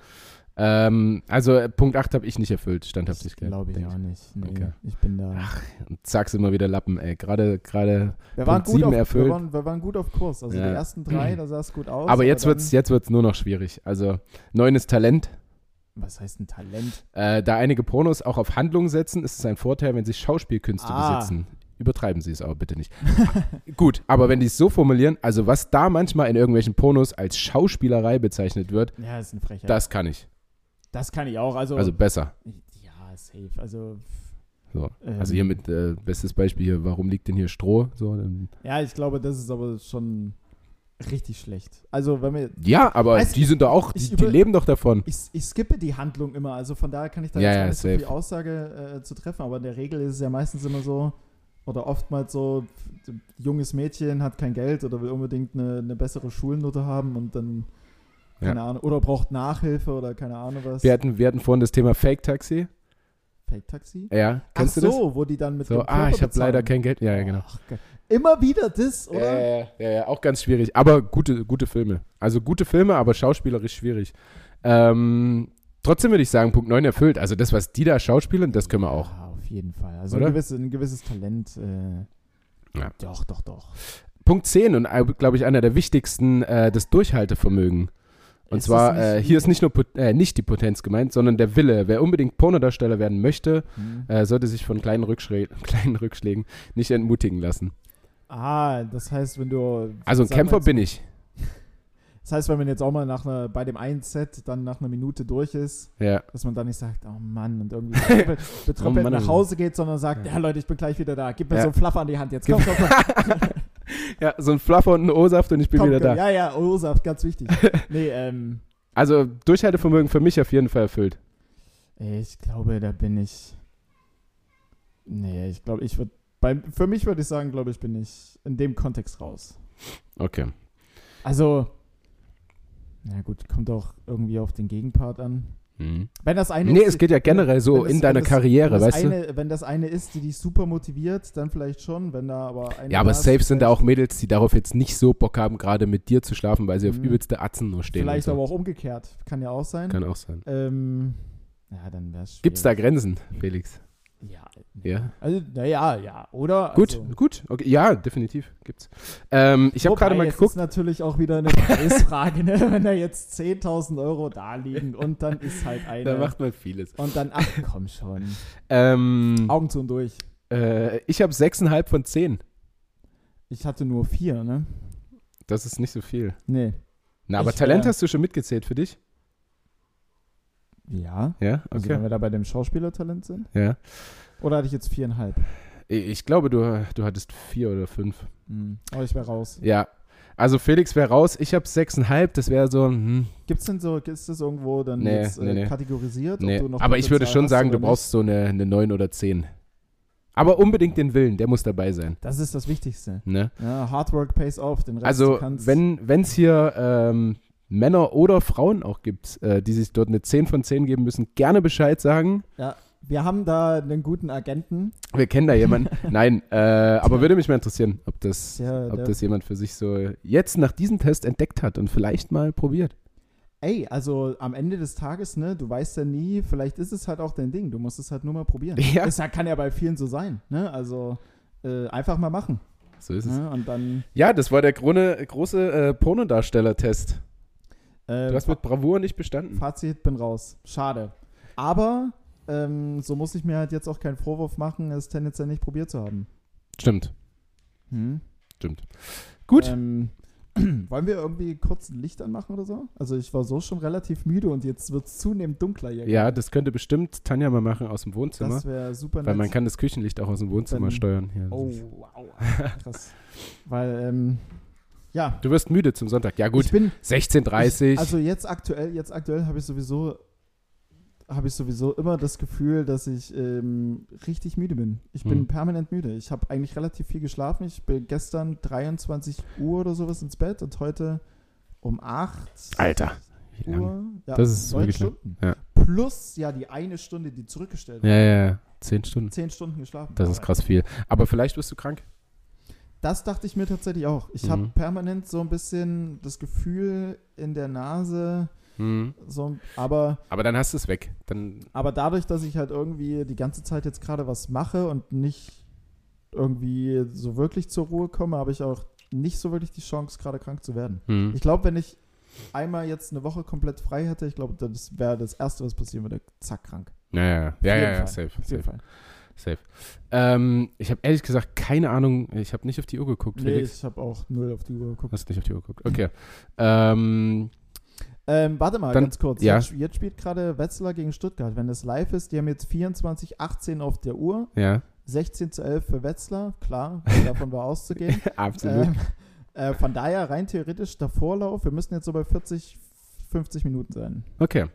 Ähm, also äh, Punkt 8 habe ich nicht erfüllt,
das
Standhaftigkeit.
glaube ich
denk
auch nicht. Nee,
Okay.
ich bin da.
Ach, Und zack's immer wieder Lappen, ey. Gerade, gerade.
wir, waren
Punkt
gut
sieben
auf, wir,
erfüllt.
waren, wir waren gut auf Kurs. Also
Ja.
die ersten drei, da sah es gut aus.
Aber jetzt
dann-
wird's, jetzt wird's nur noch schwierig. Also, neun ist Talent.
Was heißt ein Talent?
Äh, da einige Pornos auch auf Handlung setzen, ist es ein Vorteil, wenn sie Schauspielkünste
Ah.
besitzen. Übertreiben Sie es aber bitte nicht. Gut, aber wenn die es so formulieren, also was da manchmal in irgendwelchen Pornos als Schauspielerei bezeichnet wird,
Ja, das ist eine Frechheit.
das kann ich.
das kann ich auch. Also,
Also besser.
ja, safe. Also,
So.
Ähm.
Also hier mit, äh, bestes Beispiel hier, warum liegt denn hier Stroh? So, ähm, dann,
ja, ich glaube, das ist aber schon richtig schlecht. Also, wenn wir.
ja, aber
Weißt
die sind doch auch,
Also ich
die, die
über-
leben doch davon.
Ich, ich skippe die Handlung immer, also von daher kann ich da
Ja,
jetzt
ja,
gar nicht so
safe.
viel Aussage äh, zu treffen, aber in der Regel ist es ja meistens immer so, oder oftmals so, pf, junges Mädchen hat kein Geld oder will unbedingt eine, eine bessere Schulnote haben und dann, keine Ahnung, oder braucht Nachhilfe oder keine Ahnung was.
Wir hatten, wir hatten vorhin das Thema Fake-Taxi.
Fake-Taxi?
Ja,
Ach
kennst du das?
so, wo die dann mit
So,
dem
ah,
Körper
ich habe leider Äh,
bezahlen.
kein Geld. Ja, ja, genau.
Ach, geil. Immer wieder das, oder?
Ja, ja, ja, ja, auch ganz schwierig. Aber gute, gute Filme. Also gute Filme, aber schauspielerisch schwierig. Ähm, trotzdem würde ich sagen, Punkt 9 erfüllt. Also das, was die da schauspielen, das können wir auch.
Ja, auf jeden Fall. Also
Oder?
Ein, gewisse, ein gewisses Talent. Äh,
Ja.
Doch, doch, doch.
Punkt 10 und, äh, glaube ich, einer der wichtigsten, äh, das Durchhaltevermögen. Und
Ist
zwar,
das
äh,
nicht-
hier ist nicht nur Pot- äh, nicht die Potenz gemeint, sondern der Wille. Wer unbedingt Pornodarsteller werden möchte,
Hm.
äh, sollte sich von kleinen, Rückschrä kleinen Rückschlägen nicht entmutigen lassen.
Ah, das heißt, wenn du.
Also ein
sag mal
Kämpfer
jetzt-
bin ich.
Das heißt, wenn man jetzt auch mal nach einer, bei dem einen Set dann nach einer Minute durch ist,
Ja.
dass man dann nicht sagt, oh Mann, und irgendwie betröppelt- betröppelt
Mann,
nach
oh.
Hause geht, sondern sagt,
Ja.
ja. Leute, ich bin gleich wieder da. Gib mir
Ja.
so einen Flaffer an die Hand jetzt. Komm,
Gib-
komm, komm.
ja, so ein Fluffer und ein O-Saft und ich bin
komm
wieder da.
Ja, ja, O-Saft, ganz wichtig. nee, ähm,
Also Durchhaltevermögen für mich auf jeden Fall erfüllt.
ich glaube, da bin ich. Nee, ich glaube, ich würde. Für mich würde ich sagen, glaube ich, bin ich in dem Kontext raus.
Okay.
Also, na gut, kommt auch irgendwie auf den Gegenpart an.
Mhm.
Wenn das eine
Nee,
ist,
es geht ja generell so
wenn das-
in deiner
wenn das-
Karriere,
wenn das
weißt du?
eine, Wenn das eine ist, die dich super motiviert, dann vielleicht schon, wenn da aber eine
Ja, aber
da ist,
safe sind da
vielleicht-
auch Mädels, die darauf jetzt nicht so Bock haben, gerade mit dir zu schlafen, weil sie auf
Mhm.
übelste Atzen nur stehen.
Vielleicht
und
aber
so.
auch umgekehrt, kann ja auch sein.
Kann auch sein.
Ähm, ja, dann wär's
Gibt's da Grenzen, Felix?
Ja.
Ja.
Also, naja, ja, oder?
Gut,
Also,
gut. Okay. Ja, definitiv. Gibt's. Ähm, ich habe
wobei,
gerade mal
jetzt ist
geguckt.
natürlich auch wieder eine Preisfrage, ne? wenn da jetzt 10.000 Euro da liegen und dann ist halt eine.
Da macht man vieles.
und dann, ach komm schon,
Ähm,
Augen zu und durch.
äh, ich habe 6,5 von 10.
Ich hatte nur vier, ne?
Das ist nicht so viel.
Nee.
Na, aber
Ich,
Talent
äh,
hast du schon mitgezählt für dich?
Ja.
Ja,
Also
okay.
wenn wir da bei dem Schauspielertalent sind.
ja.
Oder hatte ich jetzt viereinhalb?
Ich glaube, du, du hattest vier oder fünf.
Hm. Aber ich wäre raus.
Ja. Also Felix wäre raus, ich habe sechseinhalb, das wäre so, hm,
Gibt's denn so, ist das irgendwo dann
Nee,
jetzt äh,
nee, nee.
kategorisiert? ob
nee.
du noch
Aber ich würde
Potenzial
schon
hast
sagen,
oder
du brauchst so eine, eine neun oder zehn. Aber unbedingt den Willen, der muss dabei sein.
Nicht? Das ist das Wichtigste.
Ne?
Ja, Hard work pays off. Den Rest
Also
du kannst
wenn es hier ähm, Männer oder Frauen auch gibt, äh, die sich dort eine 10 von 10 geben müssen, gerne Bescheid sagen.
Wir haben da einen guten Agenten.
Wir kennen da jemanden. Nein, äh, aber würde mich mal interessieren, ob das,
Der,
ob
der,
das jemand für sich so jetzt nach diesem Test entdeckt hat und vielleicht mal probiert.
ey, also am Ende des Tages, ne, du weißt ja nie, vielleicht ist es halt auch dein Ding. Du musst es halt nur mal probieren.
Ja.
Das kann ja bei vielen so sein, ne? Also äh, einfach mal machen.
So ist es.
Ne? Und dann.
Ja, das war der grone, große äh, Pornodarsteller-Test.
Äh,
Du hast mit Bravour nicht bestanden.
Fazit, bin raus. Schade. Aber ähm, so muss ich mir halt jetzt auch keinen Vorwurf machen, es tendenziell nicht probiert zu haben.
Stimmt,
Hm?
stimmt. Gut.
Ähm, wollen wir irgendwie kurz ein Licht anmachen oder so? Also ich war so schon relativ müde und jetzt wird es zunehmend dunkler hier.
ja, das könnte bestimmt Tanja mal machen aus dem Wohnzimmer.
genau. das wäre super
Weil
nett.
man kann das Küchenlicht auch aus dem Wohnzimmer
Dann-
steuern. Ja.
oh, wow. Krass. Weil, ähm, ja.
Du wirst müde zum Sonntag. Ja gut,
Ich bin,
16.30
Ich, also jetzt aktuell, jetzt aktuell habe ich sowieso habe ich sowieso immer das Gefühl, dass ich ähm, richtig müde bin. Ich bin
Hm.
permanent müde. Ich habe eigentlich relativ viel geschlafen. Ich bin gestern 23 Uhr oder sowas ins Bett und heute um 8
Alter. Wie lang?
Uhr. Ja,
Das ist
neun
wirklich lang.
Stunden.
Ja.
Plus ja die eine Stunde, die zurückgestellt
Ja,
wurde.
ja, ja. Zehn Stunden.
Zehn Stunden geschlafen.
Das ist krass viel. Aber vielleicht wirst du krank.
Das dachte ich mir tatsächlich auch. Ich
Mhm.
habe permanent so ein bisschen das Gefühl in der Nase,
Mhm.
so, aber
Aber dann hast du es weg. Dann,
Aber dadurch, dass ich halt irgendwie die ganze Zeit jetzt gerade was mache und nicht irgendwie so wirklich zur Ruhe komme, habe ich auch nicht so wirklich die Chance, gerade krank zu werden.
mhm.
Ich glaube, wenn ich einmal jetzt eine Woche komplett frei hätte, ich glaube, das wäre das Erste, was passieren würde. Zack, krank.
Ja, ja, ja, ja, ja, safe.
Auf jeden
safe.
Fall.
safe. Ähm, ich habe ehrlich gesagt keine Ahnung, ich habe nicht auf die Uhr geguckt,
Nee,
Felix.
ich habe auch null auf die Uhr geguckt.
Hast nicht auf die Uhr geguckt? Okay. ähm,
Ähm, warte mal,
Dann-
ganz kurz.
ja.
Jetzt, jetzt spielt gerade Wetzlar gegen Stuttgart. Wenn das live ist, die haben jetzt 24, 18 auf der Uhr.
ja,
16 zu 11 für Wetzlar, klar, davon war auszugehen.
absolut.
ähm, äh, von daher rein theoretisch der Vorlauf. Wir müssen jetzt so bei 40, 50 Minuten sein.
Okay.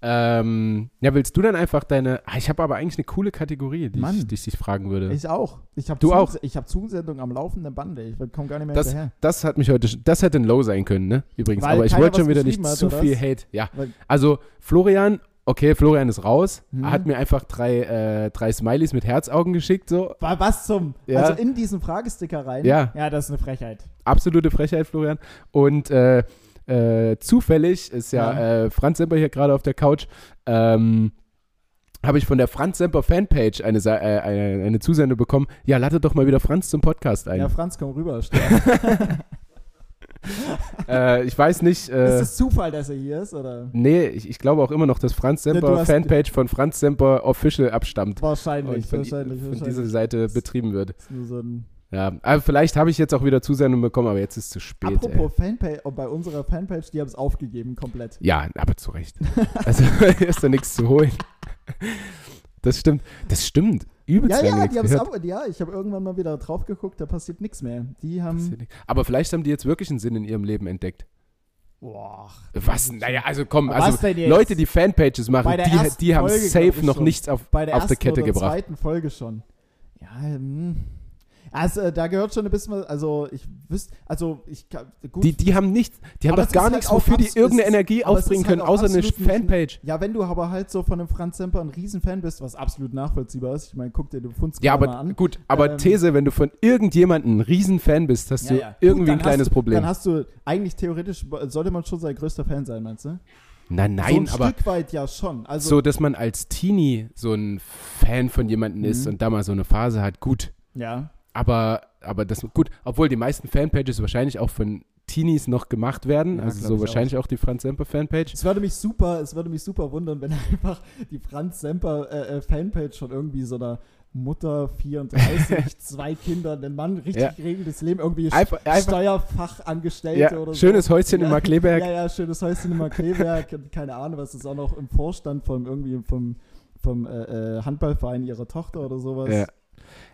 Ähm, ja, willst du dann einfach deine. Ah, Ich habe aber eigentlich eine coole Kategorie, die, ich,
Mann.
die ich dich fragen würde.
Ich auch. Ich hab
Du
Zus-
auch?
Ich habe Zusendung am laufenden Bande. Ich komme gar nicht mehr
das,
hinterher.
das hat mich heute. Das hätte ein Low sein können, ne? Übrigens.
Weil
aber ich
keiner
wollte schon
was
wieder nicht
geschrieben hat,
zu
oder
viel
was?
Hate. Ja.
Weil-
Also, Florian. Okay, Florian ist raus.
Hm.
Hat mir einfach drei, äh, drei Smileys mit Herzaugen geschickt, so.
Wa- Was zum?
Ja.
Also in diesen Fragesticker rein.
Ja.
Ja, das ist eine Frechheit.
absolute Frechheit, Florian. Und äh, äh, zufällig ist ja, Äh, Franz Semper hier gerade auf der Couch. Ähm, habe ich von der Franz Semper Fanpage eine, Sa- äh, eine, eine Zusendung bekommen. Ja, lade doch mal wieder Franz zum Podcast ein.
Ja, Franz, komm rüber.
Äh, ich weiß nicht.
ist
Äh,
es Zufall, dass er hier ist? Oder?
nee, ich, ich glaube auch immer noch, dass Franz
Ja, du
Semper
hast-
Fanpage von Franz Semper Official abstammt. Und
Wahrscheinlich,
von,
wahrscheinlich,
von
wahrscheinlich.
dieser Seite betrieben wird.
ist nur so ein
Ja, aber vielleicht habe ich jetzt auch wieder Zusendung bekommen, aber jetzt ist es zu spät. ey.
Apropos Fanpage, oh, bei unserer Fanpage, die haben es aufgegeben, komplett.
Ja, aber zu Recht. Also hier ist da nichts zu holen. Das stimmt. Das stimmt. Übelst
Ja,
lange
ja,
nichts
die haben es
gehört.
ab. Ja, ich habe irgendwann mal wieder drauf geguckt, da passiert nichts mehr. Die haben.
Passiert nichts. Aber vielleicht haben die jetzt wirklich einen Sinn in ihrem Leben entdeckt.
Boah.
Was? Naja, also komm,
Aber
also
was denn jetzt?
Leute, die Fanpages machen,
Bei der
die,
ersten
die haben
Folge, glaub
safe
ich
noch
schon.
nichts auf,
Bei der
auf
ersten
der Kette
oder
gebracht.
zweiten Folge schon. Ja, hm. Also äh, da gehört schon ein bisschen, was- also ich wüsste, also ich kann- gut.
Die, die haben nichts, die haben
Aber
doch
es
gar
ist
nichts,
halt auch
wofür die
abs-
irgendeine
es ist-
Energie
aber es ist
aufbringen
halt
können,
auch
außer eine
absolut nicht-
Fanpage.
ja, wenn du aber halt so von dem Franz Semper ein Riesenfan bist, was absolut nachvollziehbar ist, ich meine, guck dir den Funz
Ja,
mal
aber
an.
gut, aber
Ähm,
These, wenn du von irgendjemandem ein Riesenfan bist, hast du
Ja, ja. Gut,
irgendwie
dann
ein kleines
hast,
Problem.
Dann hast du eigentlich theoretisch sollte man schon sein größter Fan sein, meinst du?
Na, nein,
so ein
aber
Stück weit ja schon. Also
so, dass man als Teenie so ein Fan von jemandem ist
Mhm.
und da mal so eine Phase hat, gut.
ja,
Aber, aber das, gut, obwohl die meisten Fanpages wahrscheinlich auch von Teenies noch gemacht werden.
Ja,
also
glaub
so
ich
wahrscheinlich auch. die Franz Semper Fanpage.
es würde mich super, es würde mich super wundern, wenn einfach die Franz Semper äh, äh, Fanpage schon irgendwie so einer Mutter 34, zwei Kinder, einen Mann, richtig
Ja.
regendes Leben, irgendwie
Einfach, einfach
Steuerfachangelte
ja,
oder so.
schönes Häuschen in Markleberg.
Ja, ja, schönes Häuschen in Markleberg. Keine Ahnung, was ist auch noch im Vorstand vom irgendwie vom, vom äh, äh, Handballverein ihrer Tochter oder sowas.
Ja.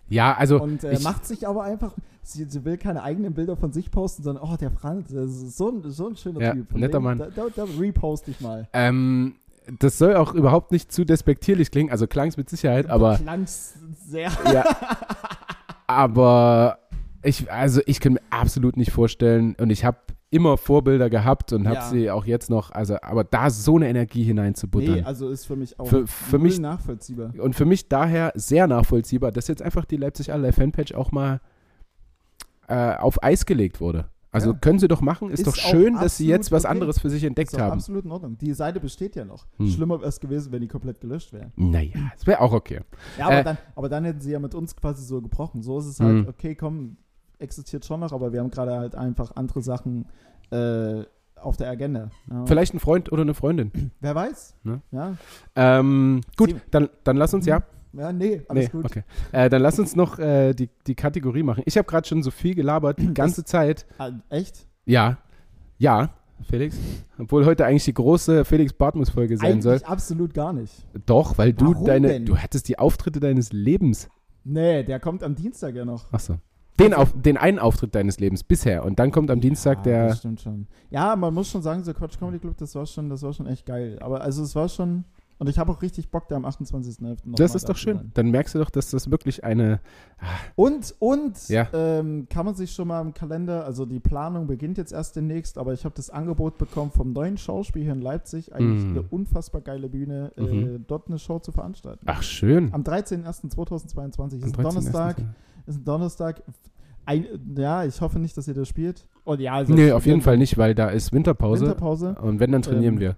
Ja, also
Und äh,
ich-
macht sich aber einfach, sie, sie will keine eigenen Bilder von sich posten, sondern, oh, der Franz, das ist so ein, so ein schöner
Ja,
Typ. Von
netter
dem-
Mann.
Da, da, da reposte ich mal.
ähm, das soll auch überhaupt nicht zu despektierlich klingen. Also klang es mit Sicherheit, aber
Klang's sehr.
ja. Aber ich, also ich kann mir absolut nicht vorstellen und ich habe immer Vorbilder gehabt und habe
Ja.
sie auch jetzt noch, also aber da so eine Energie hineinzubuttern.
Nee, also ist für mich auch
Für- für
null
mich-
nachvollziehbar.
und für mich daher sehr nachvollziehbar, dass jetzt einfach die Leipzig alle Fanpage auch mal äh, auf Eis gelegt wurde. Also
Ja.
können sie doch machen, ist,
Ist
doch
auch
schön, dass sie
absolut
jetzt was
okay.
anderes für sich entdeckt
Ist auch
haben.
absolut in Ordnung. Die Seite besteht ja noch.
Hm.
Schlimmer wäre es gewesen, wenn die komplett gelöscht wäre.
Naja, das wäre auch okay.
Ja, aber,
Äh,
dann, aber dann hätten sie ja mit uns quasi so gebrochen. So ist es halt,
Mhm.
okay, komm, existiert schon noch, aber wir haben gerade halt einfach andere Sachen äh, auf der Agenda. Ja.
Vielleicht ein Freund oder eine Freundin.
Wer weiß?
Ne?
Ja,
Ähm, gut,
Sie-
dann, dann lass uns, ja,
ja nee, alles
nee,
gut.
Okay. Äh, dann lass uns noch äh, die, die Kategorie machen. Ich habe gerade schon so viel gelabert, die ganze Zeit.
Ah, echt?
Ja, ja, Felix. Obwohl heute eigentlich die große Felix Bartmus-Folge sein
Eigentlich
soll.
absolut gar nicht.
Doch, weil du
Warum
deine,
denn?
du hattest die Auftritte deines Lebens.
Nee, der kommt am Dienstag ja noch.
Ach so. Den, auf, den einen Auftritt deines Lebens bisher. Und dann kommt am Dienstag
Ah,
der.
Das stimmt schon. Ja, man muss schon sagen, so Quatsch Comedy Club, das war schon, das war schon echt geil. Aber also es war schon. Und ich habe auch richtig Bock, da am 28.11. noch
Das
mal
ist
da
doch
zu
schön.
sein.
Dann merkst du doch, dass das wirklich eine.
Und, und
Ja.
ähm, kann man sich schon mal im Kalender, also die Planung beginnt jetzt erst demnächst, aber ich habe das Angebot bekommen vom neuen Schauspiel hier in Leipzig, eigentlich
Mhm.
eine unfassbar geile Bühne, äh,
Mhm.
dort eine Show zu veranstalten.
Ach, schön.
Am 13.01.2022
Am
ist ein Donnerstag,
13.01..
ist ein Donnerstag. Ein, ja, ich hoffe nicht, dass ihr das spielt. Und ja, also
Nee, auf jeden Fall nicht, weil da ist Winterpause.
Winterpause,
Und wenn, dann trainieren
Ähm,
wir.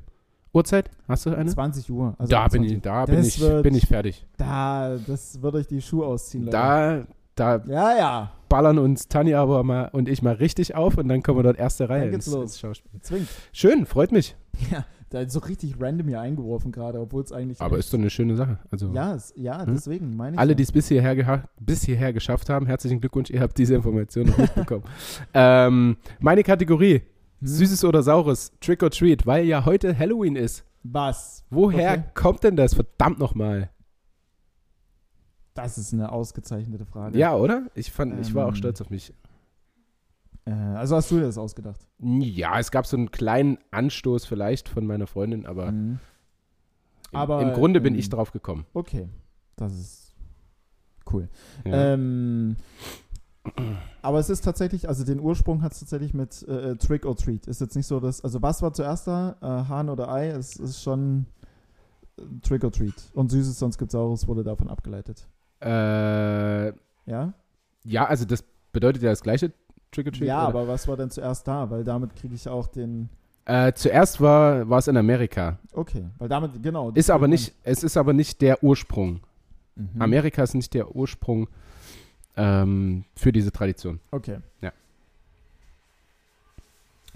Uhrzeit? Hast du Äh, eine?
20 Uhr. Also
da
20.
bin ich, da
Das
bin ich,
wird-
bin ich fertig.
Da, das würde ich die Schuhe ausziehen, Leute.
Da, da
Ja, ja.
ballern uns Tanja aber mal und ich mal richtig auf und dann kommen wir dort erste Reihe
Dann geht's
ins,
los.
ins Schauspiel.
Zwingt.
Schön, freut mich.
Ja, da ist so richtig random hier eingeworfen gerade, obwohl es eigentlich.
Aber ist doch eine schöne Sache. Also
Ja, es, ja
Hm?
deswegen meine ich.
alle,
ja.
die es bis hierher, geha- bis hierher geschafft haben, herzlichen Glückwunsch, ihr habt diese Information noch mitbekommen. ähm, meine Kategorie,
Hm?
Süßes oder Saures, Trick or Treat, weil ja heute Halloween ist.
Was?
Woher
Okay.
kommt denn das? Verdammt nochmal.
Das ist eine ausgezeichnete Frage.
Ja, oder? Ich fand, ich war auch
Ähm.
stolz auf mich.
Äh, also hast du dir das ausgedacht?
Ja, es gab so einen kleinen Anstoß vielleicht von meiner Freundin, aber, im,
Mhm. Aber,
im Grunde bin
ähm,
ich drauf gekommen.
Okay. Das ist cool.
Ja.
Ähm, aber es ist tatsächlich, also den Ursprung hat es tatsächlich mit äh, äh, Trick or Treat. Ist jetzt nicht so, dass, also was war zuerst da? Äh, Hahn oder Ei? Es ist schon äh, Trick or Treat. Und Süßes, sonst gibt's Saures, wurde davon abgeleitet.
äh,
Ja?
ja, also das bedeutet ja das gleiche Trick or Treat.
ja,
oder?
aber was war denn zuerst da? Weil damit kriege ich auch den,
Äh, zuerst war war es in Amerika.
okay. Weil damit, genau.
Ist aber nicht, es ist aber nicht der Ursprung.
Mhm.
Amerika ist nicht der Ursprung ähm, für diese Tradition.
Okay.
Ja.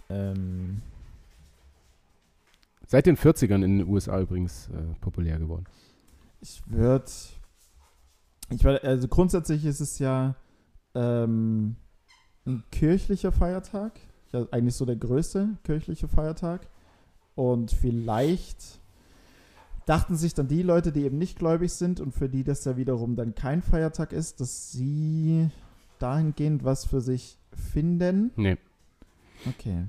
Ähm,
Seit den 40ern in den USA übrigens äh, populär geworden.
ich würde. Ich würde, also grundsätzlich ist es ja ähm, ein kirchlicher Feiertag. Ja, eigentlich so der größte kirchliche Feiertag. Und vielleicht dachten sich dann die Leute, die eben nicht gläubig sind und für die das ja wiederum dann kein Feiertag ist, dass sie dahingehend was für sich finden.
Nee.
Okay.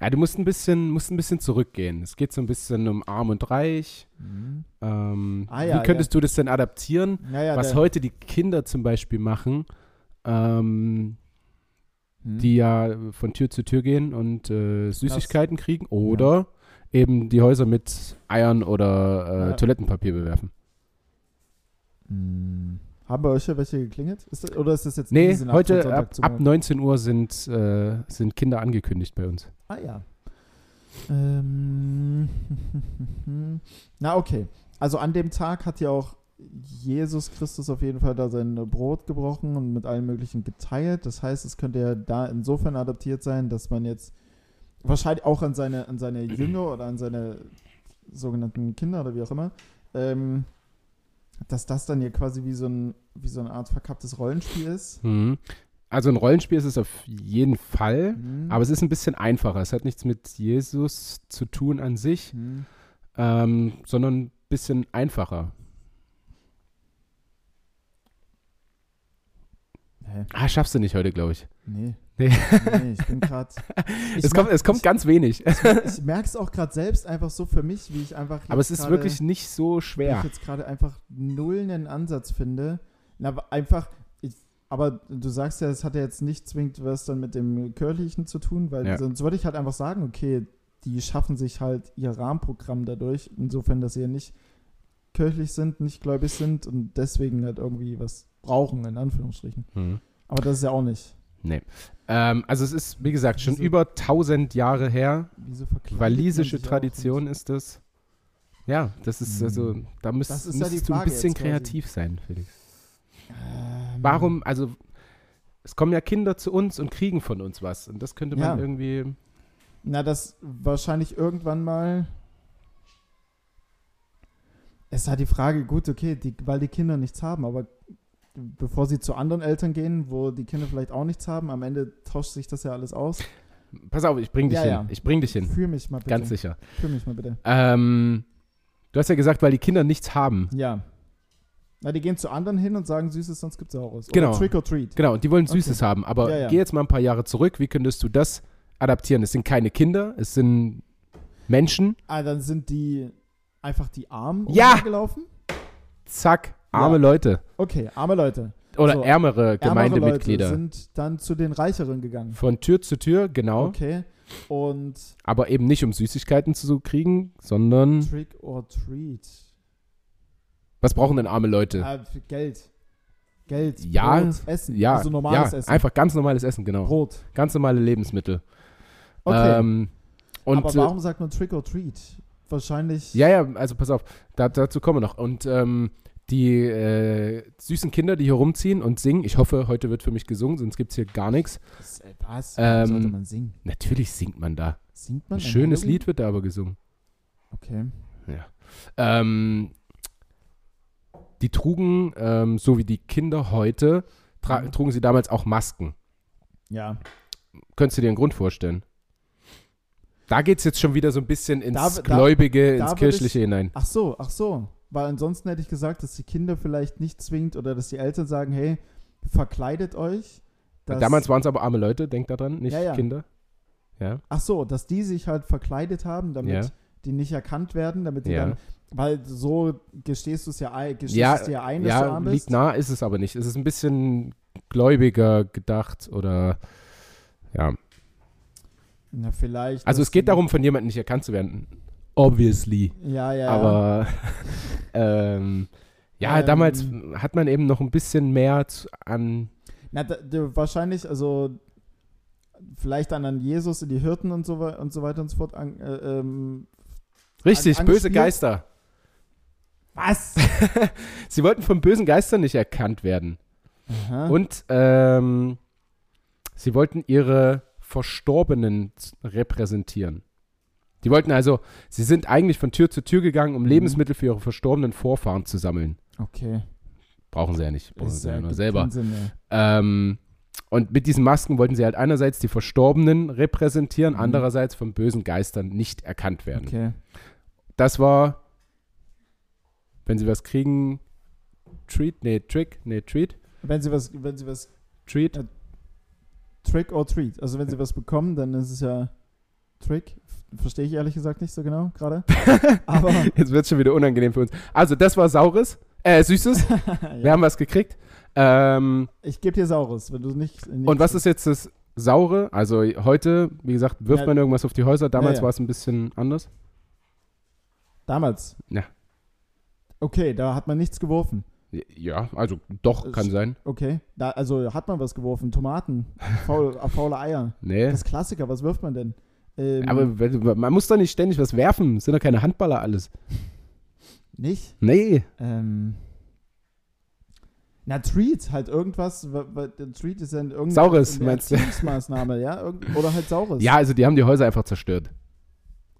Ja, du musst ein bisschen, musst ein bisschen zurückgehen. Es geht so ein bisschen um Arm und Reich.
Mhm.
Ähm,
Ah, ja,
wie könntest du das denn adaptieren?
Naja,
was
der-
heute die Kinder zum Beispiel machen, ähm,
Hm?
die ja äh, von Tür zu Tür gehen und äh, Süßigkeiten kriegen oder eben die Häuser mit Eiern oder äh,
Ja.
Toilettenpapier bewerfen.
Hm. Haben bei euch ja welche geklingelt? Ist das, oder ist das jetzt
Nee,
diese Nacht von
heute
Sonntag
ab,
zu
ab
Montag?
19 Uhr sind, äh, sind Kinder angekündigt bei uns.
Ah ja. Ähm. Na okay. Also an dem Tag hat ja auch Jesus Christus auf jeden Fall da sein Brot gebrochen und mit allen möglichen geteilt. Das heißt, es könnte ja da insofern adaptiert sein, dass man jetzt wahrscheinlich auch an seine, an seine Jünger oder an seine sogenannten Kinder oder wie auch immer, ähm, dass das dann ja quasi wie so, ein, wie so eine Art verkapptes Rollenspiel ist.
Mhm. Also ein Rollenspiel ist es auf jeden Fall,
Mhm.
aber es ist ein bisschen einfacher. Es hat nichts mit Jesus zu tun an sich,
Mhm.
ähm, sondern ein bisschen einfacher.
Hä?
Ah, schaffst du nicht heute, glaube ich.
Nee.
Nee.
nee, ich bin gerade.
Es kommt, es kommt ganz wenig.
ich merke es auch gerade selbst einfach so für mich, wie ich einfach.
Aber es
jetzt
ist
gerade-
wirklich nicht so
wie
schwer.
Ich jetzt gerade einfach null einen Ansatz finde. Na, aber einfach. Ich, aber du sagst ja, es hat ja jetzt nicht zwingend was dann mit dem Körlichen zu tun, weil
Ja.
sonst würde ich halt einfach sagen, okay, die schaffen sich halt ihr Rahmenprogramm dadurch, insofern, dass sie ja nicht kirchlich sind, nicht gläubig sind und deswegen halt irgendwie was brauchen, in Anführungsstrichen.
Mhm.
Aber das ist ja auch nicht.
Nee. Ähm, also es ist, wie gesagt, schon
Wieso-
über 1000 Jahre her.
Wieso verkleidet man
Walisische
sich auch
Tradition ist das. Ja, das ist
Mhm.
also, da müsst,
Das ist ja die
müsstest du ein
Frage
bisschen
jetzt quasi.
kreativ sein, Felix.
und- Ähm,
Warum, also, es kommen ja Kinder zu uns und kriegen von uns was. Und das könnte man
Ja.
irgendwie,
Na, das wahrscheinlich irgendwann mal. Es hat die Frage, gut, okay, die, weil die Kinder nichts haben, aber bevor sie zu anderen Eltern gehen, wo die Kinder vielleicht auch nichts haben, am Ende tauscht sich das ja alles aus.
pass auf, ich bring dich
Ja,
hin,
ja.
ich bring dich hin,
Fühl mich mal bitte.
ganz sicher.
Fühl mich mal bitte.
Ähm, du hast ja gesagt, weil die Kinder nichts haben.
Ja. Na, die gehen zu anderen hin und sagen, Süßes, sonst gibt's Saures.
Genau.
Oder Trick or Treat.
Genau, und die wollen Süßes
Okay.
haben, aber
Ja, ja.
geh jetzt mal ein paar Jahre zurück, wie könntest du das adaptieren? Es sind keine Kinder, es sind Menschen,
Ah, dann sind die einfach die Armen
Ja!
gelaufen.
zack, arme
Ja.
Leute
Okay, arme Leute.
oder
So,
ärmere
Ärmere
Gemeindemitglieder.
Leute sind dann zu den Reicheren gegangen.
Von Tür zu Tür, genau,
Okay. Und
aber eben nicht um Süßigkeiten zu kriegen, sondern
Trick or Treat.
was brauchen denn arme Leute?
Äh, für Geld. Geld.
Ja,
Brot, Essen.
ja,
also normales
ja,
Essen.
einfach ganz normales Essen, genau.
Brot.
Ganz normale Lebensmittel.
Okay.
Ähm, und
Aber
äh,
warum sagt man Trick or Treat? Wahrscheinlich.
Ja, ja, also pass auf, da, dazu kommen wir noch. Und ähm, die äh, süßen Kinder, die hier rumziehen und singen. Ich hoffe, heute wird für mich gesungen, sonst gibt es hier gar nichts.
Das, äh, Was?
Ähm,
sollte man singen?
Natürlich singt man da.
Singt man?
Ein
an
schönes
Halloween?
Lied wird da aber gesungen.
Okay.
Ähm, die trugen, ähm, so wie die Kinder heute, tra
Mhm.
trugen sie damals auch Masken.
Ja.
Könntest du dir einen Grund vorstellen? Da geht es jetzt schon wieder so ein bisschen ins
Da- da-
Gläubige,
da würde
ins
ich-
Kirchliche hinein.
Ach so, ach so. Weil ansonsten hätte ich gesagt, dass die Kinder vielleicht nicht zwingt oder dass die Eltern sagen, hey, verkleidet euch. dass-
Damals waren es aber arme Leute, denk daran, nicht
Ja, ja.
Kinder. Ja,
Ach so, dass die sich halt verkleidet haben, damit
Ja.
die nicht erkannt werden, damit die
Ja.
dann, weil so gestehst du es ja ein, gestehst
Ja,
es dir ein, dass du
ja
arm bist.
liegt nah, ist es aber nicht. Es ist ein bisschen gläubiger gedacht oder ja.
Na, vielleicht.
Also
dass
es geht
die-
darum, von jemandem nicht erkannt zu werden. Obviously.
Ja, ja, ja.
Aber ähm, ja,
Ähm.
damals hat man eben noch ein bisschen mehr zu, an.
Na, da, da, wahrscheinlich, also vielleicht dann an Jesus, in die Hirten und so, wei- und so weiter und so fort. An, äh, ähm,
Richtig,
An-
böse
angespielt?
Geister.
was?
Sie wollten von bösen Geistern nicht erkannt werden.
Aha.
Und ähm, sie wollten ihre Verstorbenen z- repräsentieren. Die wollten also, sie sind eigentlich von Tür zu Tür gegangen, um
Mhm.
Lebensmittel für ihre verstorbenen Vorfahren zu sammeln.
Okay.
Brauchen sie ja nicht, brauchen
Ist
sie ja
ja
nur
gibt
selber.
keinen Sinn mehr.
Ähm, und mit diesen Masken wollten sie halt einerseits die Verstorbenen repräsentieren,
Mhm.
andererseits von bösen Geistern nicht erkannt werden.
Okay.
Das war, wenn sie was kriegen, Treat, nee, Trick, nee, Treat,
Wenn sie was, wenn sie was
Treat,
Trick or Treat. Also wenn sie was bekommen, dann ist es ja Trick. Verstehe ich ehrlich gesagt nicht so genau gerade. Aber
Jetzt wird es schon wieder unangenehm für uns. Also, das war Saures, äh, Süßes. Wir
ja,
haben was gekriegt. Ähm,
ich gebe dir Saures, wenn du nicht. nicht
und was ist jetzt das Saure? Also, heute, wie gesagt, wirft
Ja.
man irgendwas auf die Häuser. Damals
Ja, ja.
war es ein bisschen anders.
damals?
Ja.
Okay, da hat man nichts geworfen.
Ja, also doch,
Es-
kann sein.
Okay, da, also hat man was geworfen. Tomaten, faul, äh, faule Eier.
Nee.
Das Klassiker. Was wirft man denn? Ähm,
Aber wenn- man muss doch nicht ständig was werfen. Es Sind doch keine Handballer alles.
nicht.
Nee.
Ähm, na, Treat, halt irgendwas. wa- wa- der Treat ist dann irgendeine
Saures, meinst du?
Erziehungsmaßnahme, ja? Irgend, oder halt Saures.
Ja, also die haben die Häuser einfach zerstört.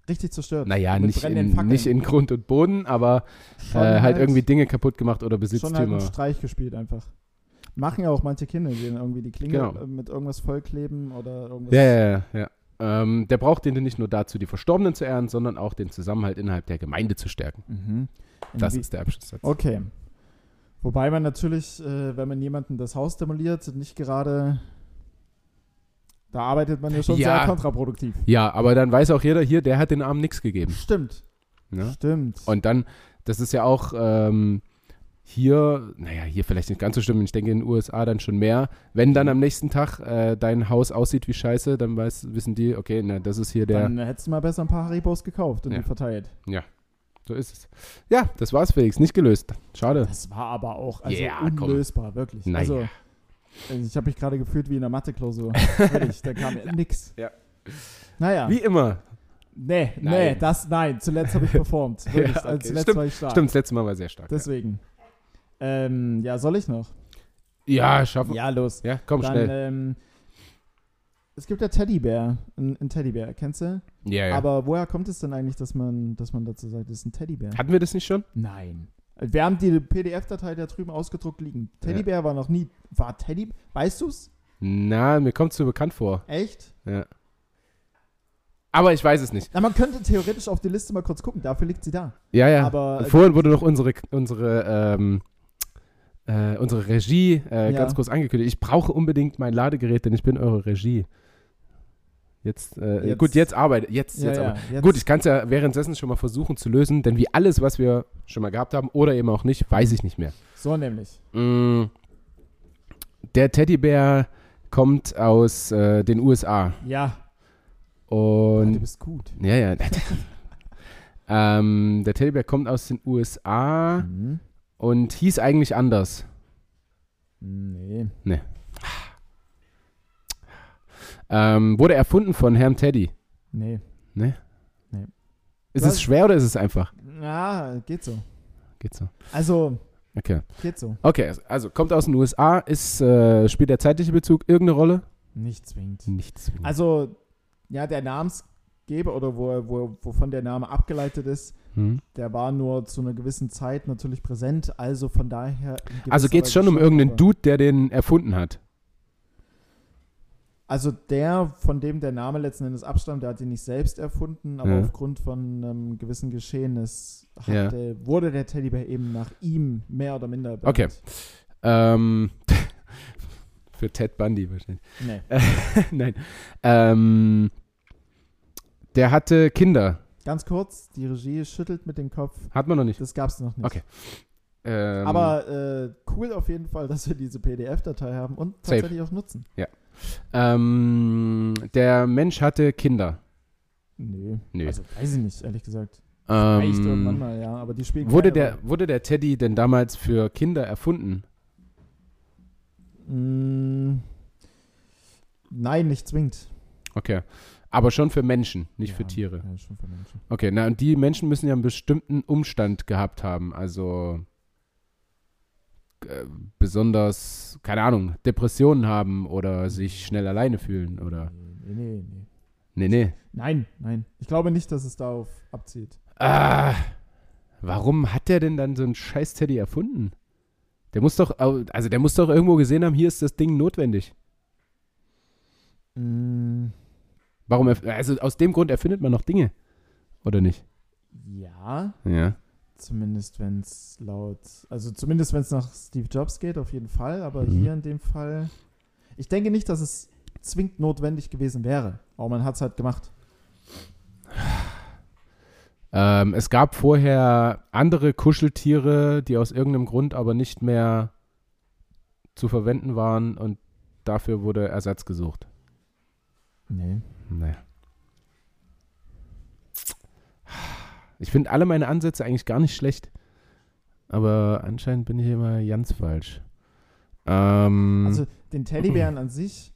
Richtig zerstört.
Naja,
Mit
nicht in,
brennenden Fackeln.
nicht in Grund und Boden, aber äh,
Schon
halt, irgendwie Dinge kaputt gemacht oder
schon halt einen
Besitztümer.
Streich gespielt einfach. Machen ja auch manche Kinder, die dann irgendwie die Klinge
Genau.
äh, mit irgendwas vollkleben oder irgendwas.
Ja, ja, ja. ja. Ähm, der braucht den nicht nur dazu, die Verstorbenen zu ehren, sondern auch den Zusammenhalt innerhalb der Gemeinde zu stärken.
Mhm.
Das
Irgendwie-
ist der Abschlusssatz.
okay. Wobei man natürlich, äh, wenn man jemanden das Haus demoliert, nicht gerade. Da arbeitet man ja schon
Ja.
sehr kontraproduktiv.
Ja, aber dann weiß auch jeder hier, der hat den Armen nichts gegeben.
Stimmt.
Ne?
Stimmt.
Und dann, das ist ja auch ähm, hier, naja, hier vielleicht nicht ganz so schlimm, ich denke in den USA dann schon mehr. Wenn dann am nächsten Tag äh, dein Haus aussieht wie Scheiße, dann weiß, wissen die, okay, na, das ist hier der,
Dann hättest du mal besser ein paar Haribos gekauft und
Ja.
die verteilt.
so ist es. Ja, das war's, Felix, nicht gelöst. Schade.
Das war aber auch also
Ja, komm.
unlösbar, wirklich.
Naja.
Also, also ich habe mich gerade gefühlt wie in der Mathe-Klausur. Wirklich, da kam nix.
Ja.
Naja.
Wie immer.
Nee, nee,
Nein.
das nein. Zuletzt habe ich performt. Wirklich,
Ja, okay.
also zuletzt
Stimmt,
war ich stark.
Stimmt, das letzte Mal war sehr stark.
Deswegen. Ähm, ja, soll ich noch?
Ja, ja schaffen. Ja.
Ja, los.
komm
Dann,
schnell.
ähm, es gibt ja Teddybär, ein, ein Teddybär, kennst du?
Ja, ja.
äh, Aber woher kommt es denn eigentlich, dass man, dass man dazu sagt, es ist ein Teddybär?
Hatten wir das nicht schon?
Nein. Wir haben die PDF-Datei da drüben ausgedruckt liegen. Teddybär war noch nie. War Teddy. Weißt du's?
Na, mir kommt es so bekannt vor.
Echt?
Ja. Aber ich weiß es nicht.
Na, man könnte theoretisch auf die Liste mal kurz gucken, dafür liegt sie da.
Ja, ja.
Aber- äh,
Vorhin wurde noch unsere, unsere, ähm, äh, unsere Regie äh,
Ja.
ganz kurz angekündigt. Ich brauche unbedingt mein Ladegerät, denn ich bin eure Regie. Jetzt, äh,
Jetzt-
gut, jetzt arbeite. Jetzt, jetzt
Ja, ja,
arbeite.
jetzt-
Gut, ich kann es ja währenddessen schon mal versuchen zu lösen, denn wie alles, was wir schon mal gehabt haben oder eben auch nicht, weiß ich nicht mehr.
So nämlich.
Mm, Der Teddybär kommt aus äh, den USA
Ja. Ah, du
und
bist gut.
ja, ja. ähm, der Teddybär kommt aus den USA
Mhm.
und hieß eigentlich anders.
Nee.
Ähm, wurde erfunden von Herrn Teddy.
Nee.
Ist
Was?
es schwer oder ist es einfach?
Na, geht so.
Geht so.
Also,
Okay.
Geht so.
Okay, also kommt aus den USA, ist, äh, spielt der zeitliche Bezug irgendeine Rolle?
Nicht zwingend.
Nichts.
Also, ja, der Namensgeber oder wo, er- wo, wovon der Name abgeleitet ist,
Hm.
der war nur zu einer gewissen Zeit natürlich präsent, also von daher. in gewisser
Also geht es
Weise
schon um irgendeinen
aber-
Dude, der den erfunden hat.
Also der, von dem der Name letzten Endes abstammt, der hat ihn nicht selbst erfunden, aber
Ja.
aufgrund von einem gewissen Geschehnis hat
Ja.
der, wurde der Teddybär eben nach ihm mehr oder minder benannt.
Okay. Ähm, für Ted Bundy wahrscheinlich.
Nee,
Nein. Ähm, der hatte Kinder.
ganz kurz, die Regie schüttelt mit dem Kopf.
Hat man noch nicht.
Das gab's noch nicht.
Okay. Ähm,
Aber äh, cool auf jeden Fall, dass wir diese PDF-Datei haben und
Safe.
tatsächlich auch nutzen.
ähm, der Mensch hatte Kinder.
Nö.
Nö.
Also weiß ich nicht, ehrlich gesagt. Vielleicht irgendwann
Ähm,
mal, ja, aber die spielen
wurde,
keine
der, wurde der Teddy denn damals für Kinder erfunden?
Rolle. Mm, nein, nicht zwingend.
Okay. Aber schon für Menschen, nicht für
Ja,
Tiere.
Ja, schon für Menschen.
Okay, na und die Menschen müssen ja einen bestimmten Umstand gehabt haben. Also äh, besonders, keine Ahnung, Depressionen haben oder sich schnell alleine fühlen oder.
Nee, nee, nee.
Nee, nee.
Nein, nein. Ich glaube nicht, dass es darauf abzielt.
Ah, warum hat der denn dann so einen scheiß Teddy erfunden? Der muss doch, au- also der muss doch irgendwo gesehen haben, hier ist das Ding notwendig. Warum, erf- also aus dem Grund erfindet man noch Dinge. Oder nicht?
Ja,
Ja.
zumindest wenn es laut, also zumindest wenn es nach Steve Jobs geht, auf jeden Fall. Aber
Mhm.
hier in dem Fall, ich denke nicht, dass es zwingend notwendig gewesen wäre. Aber man hat es halt gemacht.
Ähm, es gab vorher andere Kuscheltiere, die aus irgendeinem Grund aber nicht mehr zu verwenden waren und dafür wurde Ersatz gesucht.
Nee.
Naja. Ich finde alle meine Ansätze eigentlich gar nicht schlecht, aber anscheinend bin ich immer ganz falsch. Ähm,
Also den Teddybären an sich,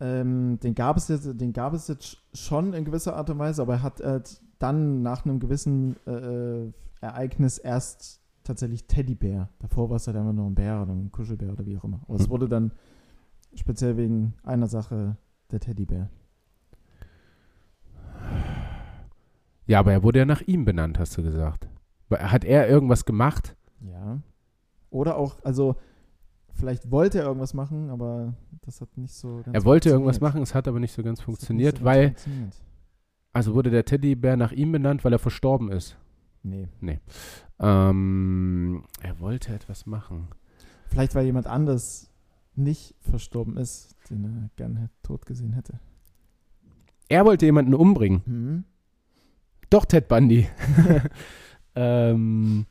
ähm, den gab es jetzt, den gab es jetzt schon in gewisser Art und Weise, aber er hat halt dann nach einem gewissen äh, äh, Ereignis erst tatsächlich Teddybär. Davor war es halt einfach nur ein Bär oder ein Kuschelbär oder wie auch immer. Aber es
Hm.
wurde dann speziell wegen einer Sache der Teddybär.
ja, aber er wurde ja nach ihm benannt, hast du gesagt. Hat er irgendwas gemacht?
Ja. Oder auch, also vielleicht wollte er irgendwas machen, aber das hat nicht so ganz
Er wollte
funktioniert.
irgendwas machen, es hat aber nicht so ganz
Das hat nicht so
funktioniert,
ganz
weil
funktioniert.
Also wurde der Teddybär nach ihm benannt, weil er verstorben ist.
Nee.
Ähm, er wollte etwas machen.
Vielleicht weil jemand anders nicht verstorben ist, den er gerne tot gesehen hätte.
Er wollte jemanden umbringen.
Mhm.
Doch, Ted Bundy. ähm,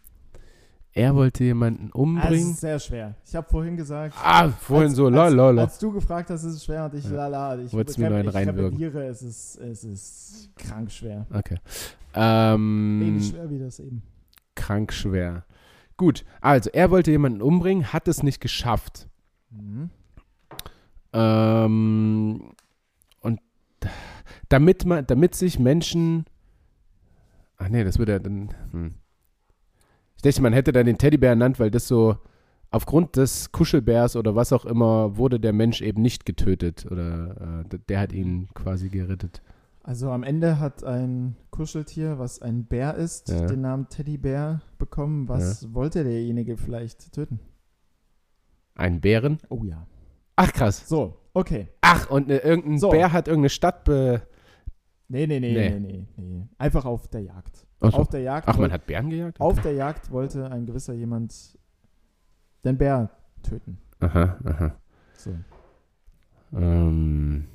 er wollte jemanden
Ah, es
umbringen.
ist sehr schwer. Ich habe vorhin gesagt,
Ah, vorhin
als-
so,
als-
lol, lol, lol.
als du gefragt hast, ist es schwer und ich
Ja.
lala. Ich,
Wolltest mir
rep-
noch einen
ich
reinwirken. Ähm.
rebelliere, es ist, es ist krank schwer.
Okay.
Wenig
Ähm,
schwer wie das eben.
krank schwer. Gut, also er wollte jemanden umbringen, hat es nicht geschafft.
Mhm.
Ähm, und damit man, damit sich Menschen. Ach nee, das würde ja dann. Hm. Ich dachte, man hätte dann den Teddybär ernannt, weil das so aufgrund des Kuschelbärs oder was auch immer wurde der Mensch eben nicht getötet oder äh, d- der hat ihn quasi gerettet.
Also am Ende hat ein Kuscheltier, was ein Bär ist,
Ja.
den Namen Teddybär bekommen. Was wollte derjenige vielleicht töten?
Ein Bären?
Oh ja.
Ach krass.
So, okay.
Ach und äh, irgendein
So.
Bär hat irgendeine Stadt be.
Nee, nee, nee, nee,
Nee.
nee. nee. Einfach auf der Jagd.
Ach so.
Auf der Jagd
Ach,
wollte-
man hat Bären gejagt.
Auf der Jagd wollte ein gewisser jemand den Bär töten.
Aha, aha.
So.
Ähm,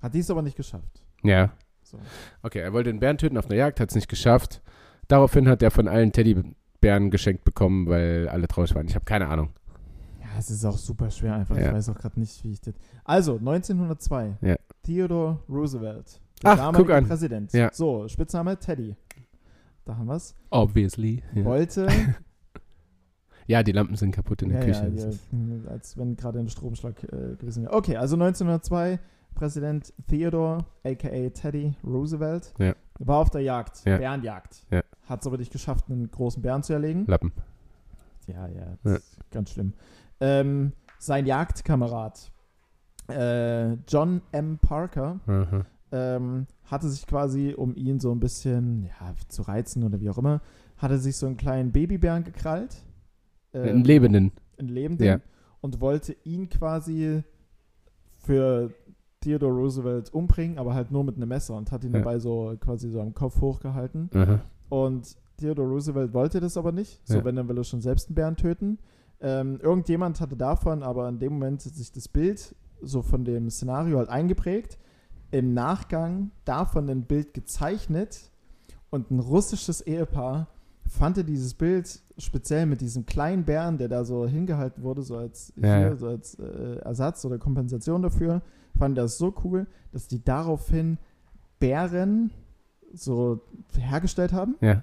Hat dies aber nicht geschafft.
ja.
So.
Okay, er wollte den Bären töten auf einer Jagd, hat es nicht geschafft. Daraufhin hat er von allen Teddybären geschenkt bekommen, weil alle traurig waren. Ich habe keine Ahnung.
Ja, es ist auch super schwer einfach.
Ja.
Ich weiß auch gerade nicht, wie ich das. Also, 1902.
Ja.
Theodore Roosevelt.
Ach,
damalige
guck an.
Präsident.
Ja.
So, Spitzname Teddy. Da haben wir es.
Obviously. Ja,
Wollte.
ja die Lampen sind kaputt in der
ja,
Küche.
ja,
Das
ja,
ist-
mh, als wenn gerade ein Stromschlag äh, gewesen wäre. Okay, also 1902. Präsident Theodore, a.k.a. Teddy Roosevelt,
Ja.
war auf der Jagd,
Ja.
Bärenjagd.
Ja.
Hat es aber nicht geschafft, einen großen Bären zu erlegen.
Lappen.
Ja, ja, das ist ganz schlimm. Ähm, sein Jagdkamerad, äh, John M. Parker,
Aha.
ähm, hatte sich quasi, um ihn so ein bisschen ja, zu reizen oder wie auch immer, hatte sich so einen kleinen Babybären gekrallt. Äh.
Einen Lebenden.
einen lebenden
Ja.
und wollte ihn quasi für Theodore Roosevelt umbringen, aber halt nur mit einem Messer und hat ihn
Ja.
dabei so quasi so am Kopf hochgehalten.
Aha.
Und Theodore Roosevelt wollte das aber nicht. So,
Ja.
wenn, dann will er schon selbst einen Bären töten. Ähm, irgendjemand hatte davon aber in dem Moment sich das Bild so von dem Szenario halt eingeprägt, im Nachgang davon ein Bild gezeichnet und ein russisches Ehepaar fand dieses Bild speziell mit diesem kleinen Bären, der da so hingehalten wurde, so als,
Ja,
hier,
ja.
So als äh, Ersatz oder Kompensation dafür, fanden das so cool, dass die daraufhin Bären so hergestellt haben
Ja.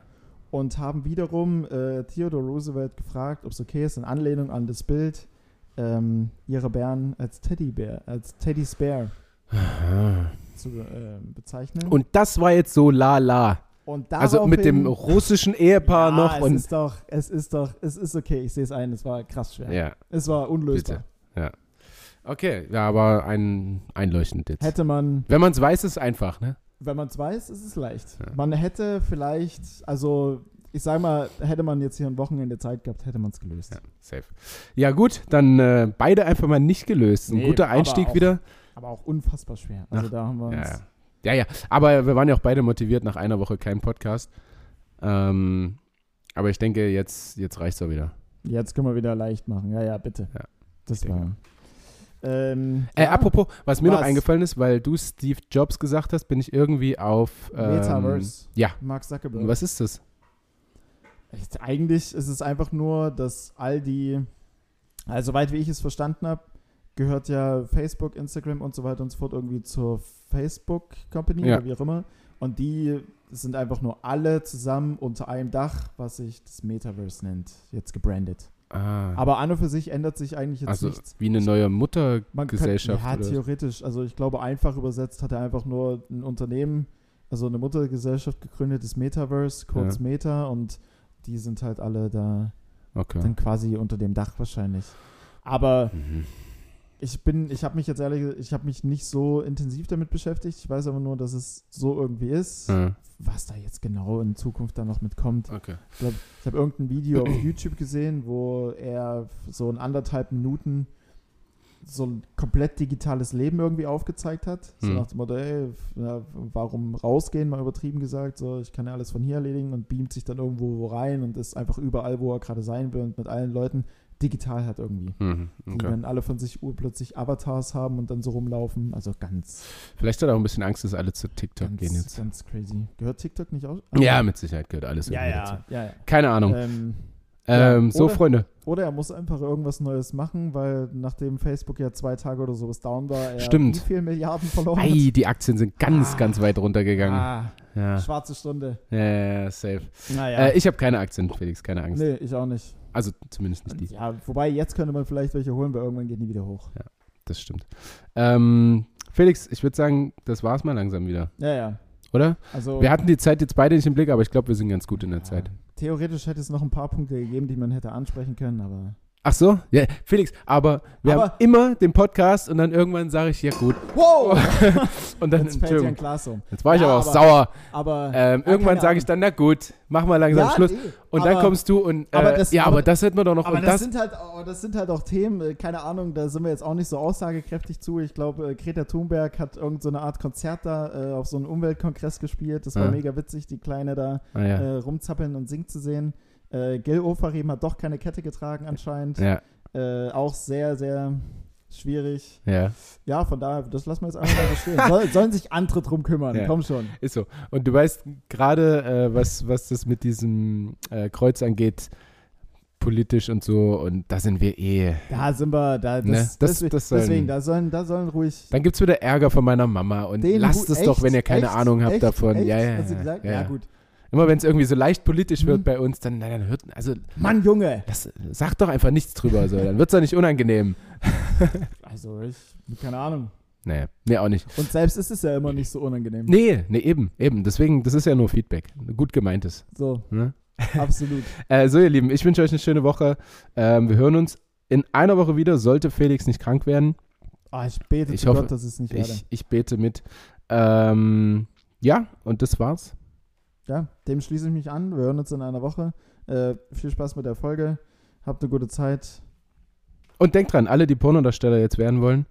und haben wiederum äh, Theodore Roosevelt gefragt, ob es okay ist, in Anlehnung an das Bild, ähm, ihre Bären als Teddybär, als Teddy's Bear
Aha.
zu äh, bezeichnen.
Und das war jetzt so la la.
Und
Also mit dem
daraufhin-
russischen Ehepaar
ja,
noch
es
und.
ist doch, es ist doch, es ist okay, ich sehe es ein, es war krass schwer.
ja.
Es war unlösbar.
Okay, ja, aber ein, einleuchtend jetzt.
Hätte man,
Wenn man es weiß, ist es einfach, ne?
wenn man es weiß, ist es leicht.
Ja.
Man hätte vielleicht, also ich sage mal, hätte man jetzt hier ein Wochenende Zeit gehabt, hätte man es gelöst.
Ja, safe. Ja, gut, dann äh, beide einfach mal nicht gelöst. Ein
Nee,
guter
aber
Einstieg
auch-
wieder.
Aber auch unfassbar schwer. Also
Ach,
da haben wir uns.
Ja, ja. ja, ja. Aber wir waren ja auch beide motiviert nach einer Woche kein Podcast. Ähm, aber ich denke, jetzt, jetzt reicht es auch wieder.
Jetzt können wir wieder leicht machen. Ja, ja, bitte.
Ja,
Das
denke
war. Ähm,
Äh,
ja,
Apropos, was mir noch
Was?
eingefallen ist, weil du Steve Jobs gesagt hast, bin ich irgendwie auf. Ähm,
Metaverse.
ja.
Mark Zuckerberg.
Was ist das?
Echt, Eigentlich ist es einfach nur, dass all die, also soweit wie ich es verstanden habe, gehört ja Facebook, Instagram und so weiter und so fort irgendwie zur Facebook Company
Ja.
oder wie auch immer. Und die sind einfach nur alle zusammen unter einem Dach, was sich das Metaverse nennt, jetzt gebrandet.
Ah,
Aber an und für sich ändert sich eigentlich jetzt
also
nichts.
wie eine neue
Man
Muttergesellschaft.
Könnte, ja,
oder?
theoretisch. Also ich glaube, einfach übersetzt hat er einfach nur ein Unternehmen, also eine Muttergesellschaft gegründet, das Metaverse, kurz
Ja.
Meta, und die sind halt alle da
Okay.
dann quasi unter dem Dach wahrscheinlich. Aber
Mhm.
ich bin, ich habe mich jetzt ehrlich, ich habe mich nicht so intensiv damit beschäftigt. Ich weiß aber nur, dass es so irgendwie ist.
Ja,
Was da jetzt genau in Zukunft dann noch mitkommt,
okay.
ich habe irgendein Video auf YouTube gesehen, wo er so in anderthalb Minuten so ein komplett digitales Leben irgendwie aufgezeigt hat. So
Hm.
nach dem Motto, ey, f- na, warum rausgehen, mal übertrieben gesagt, so ich kann ja alles von hier erledigen und beamt sich dann irgendwo wo rein und ist einfach überall, wo er gerade sein will und mit allen Leuten digital hat irgendwie.
Mhm.
Die
okay.
dann alle von sich urplötzlich Avatars haben und dann so rumlaufen. Also ganz,
Vielleicht hat er auch ein bisschen Angst, dass alle zu TikTok gehen
ganz,
jetzt.
ganz crazy. Gehört TikTok nicht aus?
Ja, mit Sicherheit gehört alles
ja,
irgendwie
ja, ja, ja.
Keine Ahnung.
Ähm,
ähm,
ja,
so,
oder-
Freunde.
Oder er muss einfach irgendwas Neues machen, weil nachdem Facebook ja zwei Tage oder sowas down war, er
Stimmt.
wie viel Milliarden verloren
Ei, die Aktien sind ganz,
Oh. Ah.
ganz weit
hat.
runtergegangen.
Ah,
Ja.
schwarze Stunde.
Ja, ja, ja, safe.
Naja.
Äh, ich habe keine Aktien, Felix, keine Angst.
nee, ich auch nicht.
Also zumindest nicht die.
Ja, wobei jetzt könnte man vielleicht welche holen, weil irgendwann gehen die wieder hoch.
Das stimmt. Ähm, Felix, ich würde sagen, das war's mal langsam wieder,
Ja, ja.
oder?
Also
Wir hatten die Zeit jetzt beide nicht im Blick, aber ich glaube, wir sind ganz gut in der
ja,
Zeit.
Theoretisch hätte es noch ein paar Punkte gegeben, die man hätte ansprechen können, aber
Ach so? Ja, Felix, aber wir
Aber-
haben immer den Podcast und dann irgendwann sage ich, ja gut.
wow,
Und
jetzt fällt ja ein
dann, Entschuldigung,
Glas um.
jetzt war ich
Ja,
aber auch
aber-
sauer.
Aber
Ähm,
ja,
irgendwann
keine
sage ich dann, na gut, mach mal langsam
ja,
Schluss.
nee,
Und
aber,
dann kommst du und äh,
aber das-
ja,
aber-
aber das hätten wir doch noch
Aber
und
das,
das.
sind halt, aber das sind halt auch Themen, äh, keine Ahnung, da sind wir jetzt auch nicht so aussagekräftig zu. Ich glaube, äh, Greta Thunberg hat irgend so eine Art Konzert da äh, auf so einem Umweltkongress gespielt. Das war
Ja.
mega witzig, die Kleine da
ah, ja.
äh, rumzappeln und singen zu sehen. Äh, Gil Ofarim hat doch keine Kette getragen anscheinend.
ja,
Äh, auch sehr, sehr schwierig.
ja,
Ja, von daher, das lassen wir jetzt einfach mal so stehen. Soll, sollen sich andere drum kümmern,
Ja.
komm schon.
ist so. Und du weißt gerade, äh, was, was das mit diesem äh, Kreuz angeht, politisch und so, und da sind wir eh.
Da sind wir, da, das,
Ne, das-
deswegen,
das sollen-
deswegen, da sollen, da sollen ruhig
Dann gibt es wieder Ärger von meiner Mama und
Den
lasst
Hu-
es doch,
echt?
wenn ihr keine
Echt?
Ahnung habt
Echt?
davon.
Echt?
Ja, ja,
Hast du
ja,
gesagt?
ja,
ja,
ja.
gut.
Immer wenn es irgendwie so leicht politisch wird
Hm.
bei uns, dann, na, dann hört, also
Mann, Junge!
das, sag doch einfach nichts drüber, so, dann wird es doch nicht unangenehm.
Also, ich, keine Ahnung.
Nee, nee, auch nicht.
Und selbst ist es ja immer nicht so unangenehm.
Nee, nee, eben, eben. Deswegen, das ist ja nur Feedback. Gut gemeintes.
So,
Ne?
Absolut.
Äh, so, ihr Lieben, ich wünsche euch eine schöne Woche. Ähm, wir hören uns in einer Woche wieder, sollte Felix nicht krank werden.
Ah, ich bete
Ich
zu
hoffe,
Gott, dass es nicht werde.
Ich, ich bete mit. Ähm, ja, und das war's.
Ja, dem schließe ich mich an. Wir hören uns in einer Woche. Äh, viel Spaß mit der Folge. Habt eine gute Zeit.
Und denkt dran, alle, die Pornodarsteller jetzt werden wollen,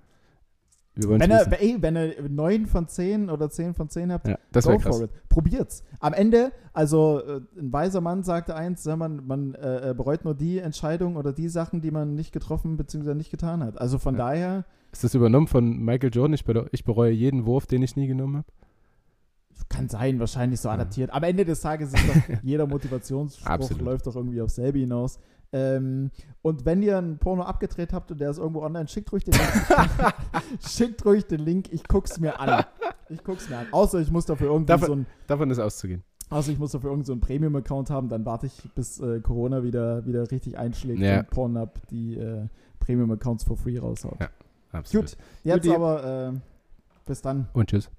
wir wollen
Wenn ihr,
wissen.
ey, wenn ihr 9 von 10 oder 10 von 10 habt,
Ja, das wäre
go
krass.
for it. Probiert's. Am Ende, also äh, ein weiser Mann sagte eins, ne, man, man äh, äh, bereut nur die Entscheidung oder die Sachen, die man nicht getroffen bzw. nicht getan hat. Also von
Ja.
daher,
Ist das übernommen von Michael Jordan? Ich bereue, ich bereue jeden Wurf, den ich nie genommen habe.
kann sein, wahrscheinlich so
Ja.
adaptiert. Am Ende des Tages ist doch jeder Motivationsspruch
Absolut.
läuft doch irgendwie auf selbe hinaus. Ähm, und wenn ihr einen Porno abgedreht habt und der ist irgendwo online, schickt ruhig den Link. schickt ruhig den Link, ich guck's mir an. Ich guck's mir an. Außer ich muss dafür irgendwie
Dafür-
so ein
Davon ist auszugehen.
Also ich muss dafür irgendeinen so einen Premium-Account haben, dann warte ich, bis äh, Corona wieder, wieder richtig einschlägt
Ja.
und Pornhub die äh, Premium-Accounts for free raushaut.
Absolut.
Gut, jetzt
Guti.
aber äh, bis dann.
Und tschüss.